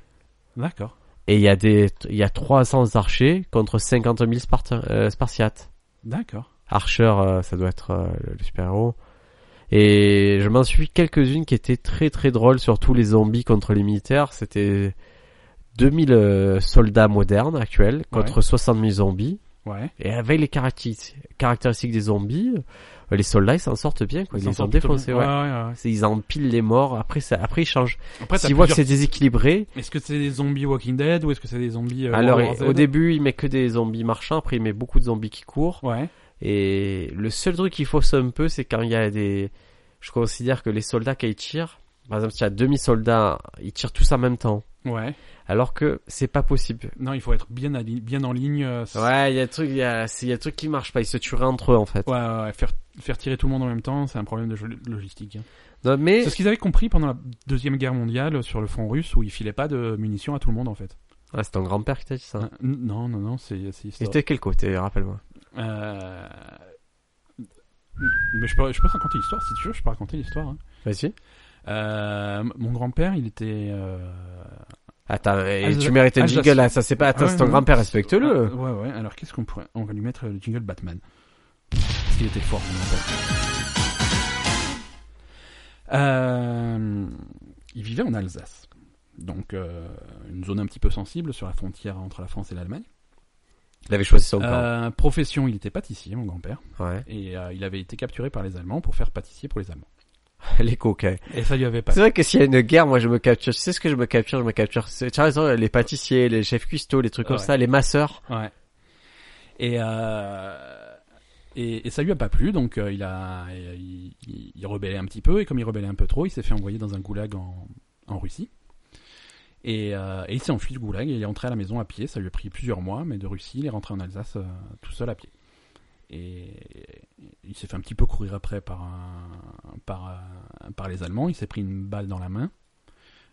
D'accord.
Et il y a des, il y a 300 archers contre 50 000 Sparta- euh, Spartiates.
D'accord.
Archer, euh, ça doit être euh, le, le super-héros. Et je m'en suis quelques-unes qui étaient très très drôles, surtout les zombies contre les militaires. C'était 2000 euh, soldats modernes actuels contre 60 000 zombies.
Ouais.
Et avec les caractéris- caractéristiques des zombies, euh, les soldats ils s'en sortent bien, quoi.
Ça
ils les
sort
ont
plutôt
défoncés.
bien.
Ouais.
Ouais, ouais, ouais.
C'est- Ils empilent les morts, après, ça, après ils changent.
Après, t'as
S'ils voient que
plusieurs-
c'est déséquilibré,
Est-ce que c'est des zombies Walking Dead ou est-ce que c'est des zombies. euh,
alors
World War
au
Z
début il met que des zombies marchands, après il met beaucoup de zombies qui courent.
Ouais.
Et le seul truc qu'il fausse un peu, c'est quand il y a des. Je considère que les soldats qui tirent, par exemple, s'il y a demi-soldats, ils tirent tous en même temps.
Ouais.
Alors que c'est pas possible.
Non, il faut être bien, ali- bien en ligne. euh, c'est-
Ouais, il y a des trucs, il y a, c'est- il y a des trucs qui marchent pas. Ils se tueraient entre eux, en fait.
Ouais, ouais, ouais. Faire, faire tirer tout le monde en même temps, c'est un problème de jo- logistique. hein.
Non, mais
C'est ce qu'ils avaient compris pendant la Deuxième Guerre mondiale sur le front russe où ils filaient pas de munitions à tout le monde en fait.
ah, c'est ton grand-père qui t'a dit ça.
Hein, Non, non, non, c'est. c'est
Il
histoire-
était de quel côté, rappelle-moi.
Euh, Mais je peux, je peux te raconter l'histoire si tu veux, je peux raconter l'histoire. hein.
Vas-y.
Euh, mon grand-père, il était. euh,
Attends, et
Alsace-
tu mérites un
Alsace-
jingle là, hein, ça c'est pas. Attends,
Ah
c'est
ouais,
ton
non.
grand-père, respecte-le.
Ah, ouais, ouais. Alors qu'est-ce qu'on pourrait. On va lui mettre euh, le jingle Batman. Parce qu'il était fort, mon grand-père. Euh, il vivait en Alsace. Donc, euh, une zone un petit peu sensible sur la frontière entre la France et l'Allemagne.
Il avait choisi son camp.
Euh, profession, il était pâtissier, mon grand-père.
Ouais.
Et euh, il avait été capturé par les Allemands pour faire pâtissier pour les Allemands.
Les coquins.
Et ça lui avait pas
C'est vrai que s'il y a une guerre, moi je me capture. Tu sais ce que je me capture Je me capture. c'est- Tu as raison, les pâtissiers, les chefs cuistots, les trucs comme
Ouais.
ça, les masseurs.
Ouais. Et, euh, et, et ça lui a pas plu, donc euh, il a il, il- il rebellait un petit peu, et comme il rebellait un peu trop, il s'est fait envoyer dans un goulag en, en Russie. Et, euh, et il s'est enfui du goulag, et il est rentré à la maison à pied, ça lui a pris plusieurs mois, mais de Russie, il est rentré en Alsace euh, tout seul à pied. Et il s'est fait un petit peu courir après par, un- par, un- par les Allemands, il s'est pris une balle dans la main,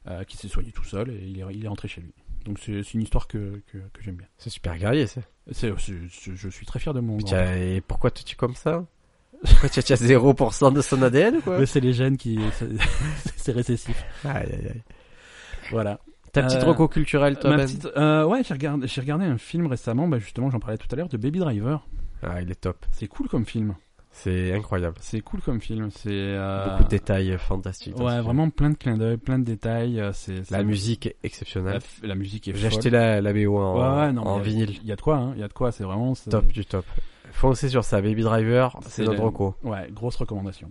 euh, qui s'est soigné tout seul, et il est, il est rentré chez lui. Donc c'est c'est une histoire que- que, que j'aime bien.
C'est super guerrier ça.
C'est- c'est- c'est- je suis très fier de mon
Puis
grand-père.
t'as- et pourquoi tu tues comme ça Pourquoi tu as 0% de son ADN ou quoi
Mais c'est les gènes qui, c'est- c'est récessif.
Aïe, aïe, aïe.
Voilà.
Ta petite
Euh,
reco culturelle, toi,
Ma
Ben
petite- euh, ouais, j'ai regardé, j'ai regardé un film récemment. Bah justement, j'en parlais tout à l'heure de Baby Driver.
Ah, il est top.
C'est cool comme film.
C'est incroyable.
C'est cool comme film. C'est euh,
Beaucoup de détails euh, fantastiques. dans ce
Ouais,
film.
vraiment plein de clins d'œil, plein de détails. euh, C'est
La
c'est-
musique est
la,
exceptionnelle.
f- la musique est.
J'ai
folle.
acheté la, la BO en,
Ouais, ouais, non,
en
mais il y a-
vinyle.
Il y a de quoi, hein. Il y a de quoi. C'est vraiment. c'est-
Top du top. Foncez sur ça, Baby Driver, c'est
C'est
notre
le-
reco.
Ouais, grosse recommandation.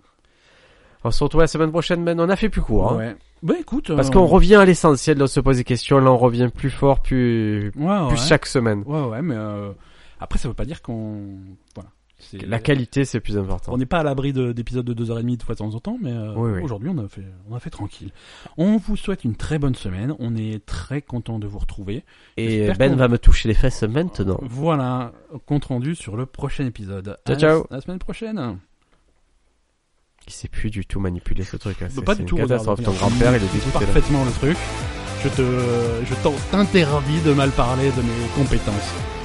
On se retrouve la semaine prochaine, Ben. On a fait plus court. hein.
Ouais. Bah écoute.
Parce
euh,
qu'on revient à l'essentiel, là, on se pose des questions, là, on revient plus fort, plus,
Ouais, ouais.
plus chaque semaine.
Ouais, ouais, mais euh, après, ça veut pas dire qu'on. Voilà. C'est-
La qualité, c'est plus important.
On n'est pas à l'abri de- d'épisodes de 2h30 de fois de temps en temps, mais euh,
Oui, oui.
aujourd'hui, on, a fait- on a fait tranquille. On vous souhaite une très bonne semaine. On est très content de vous retrouver.
Et
J'espère
Ben
qu'on-
va me toucher les fesses maintenant.
Voilà, compte rendu sur le prochain épisode.
Ciao,
À la-
ciao.
À la semaine prochaine.
Il sait plus du tout manipuler ce truc. hein. C'est
pas
c'est
du
une
tout, regarde,
catastrophe. Ton
regarde.
grand-père, il est
C'est
dégoûté. là.
parfaitement le truc. Je te, je t'en- t'interdis de mal parler de mes compétences.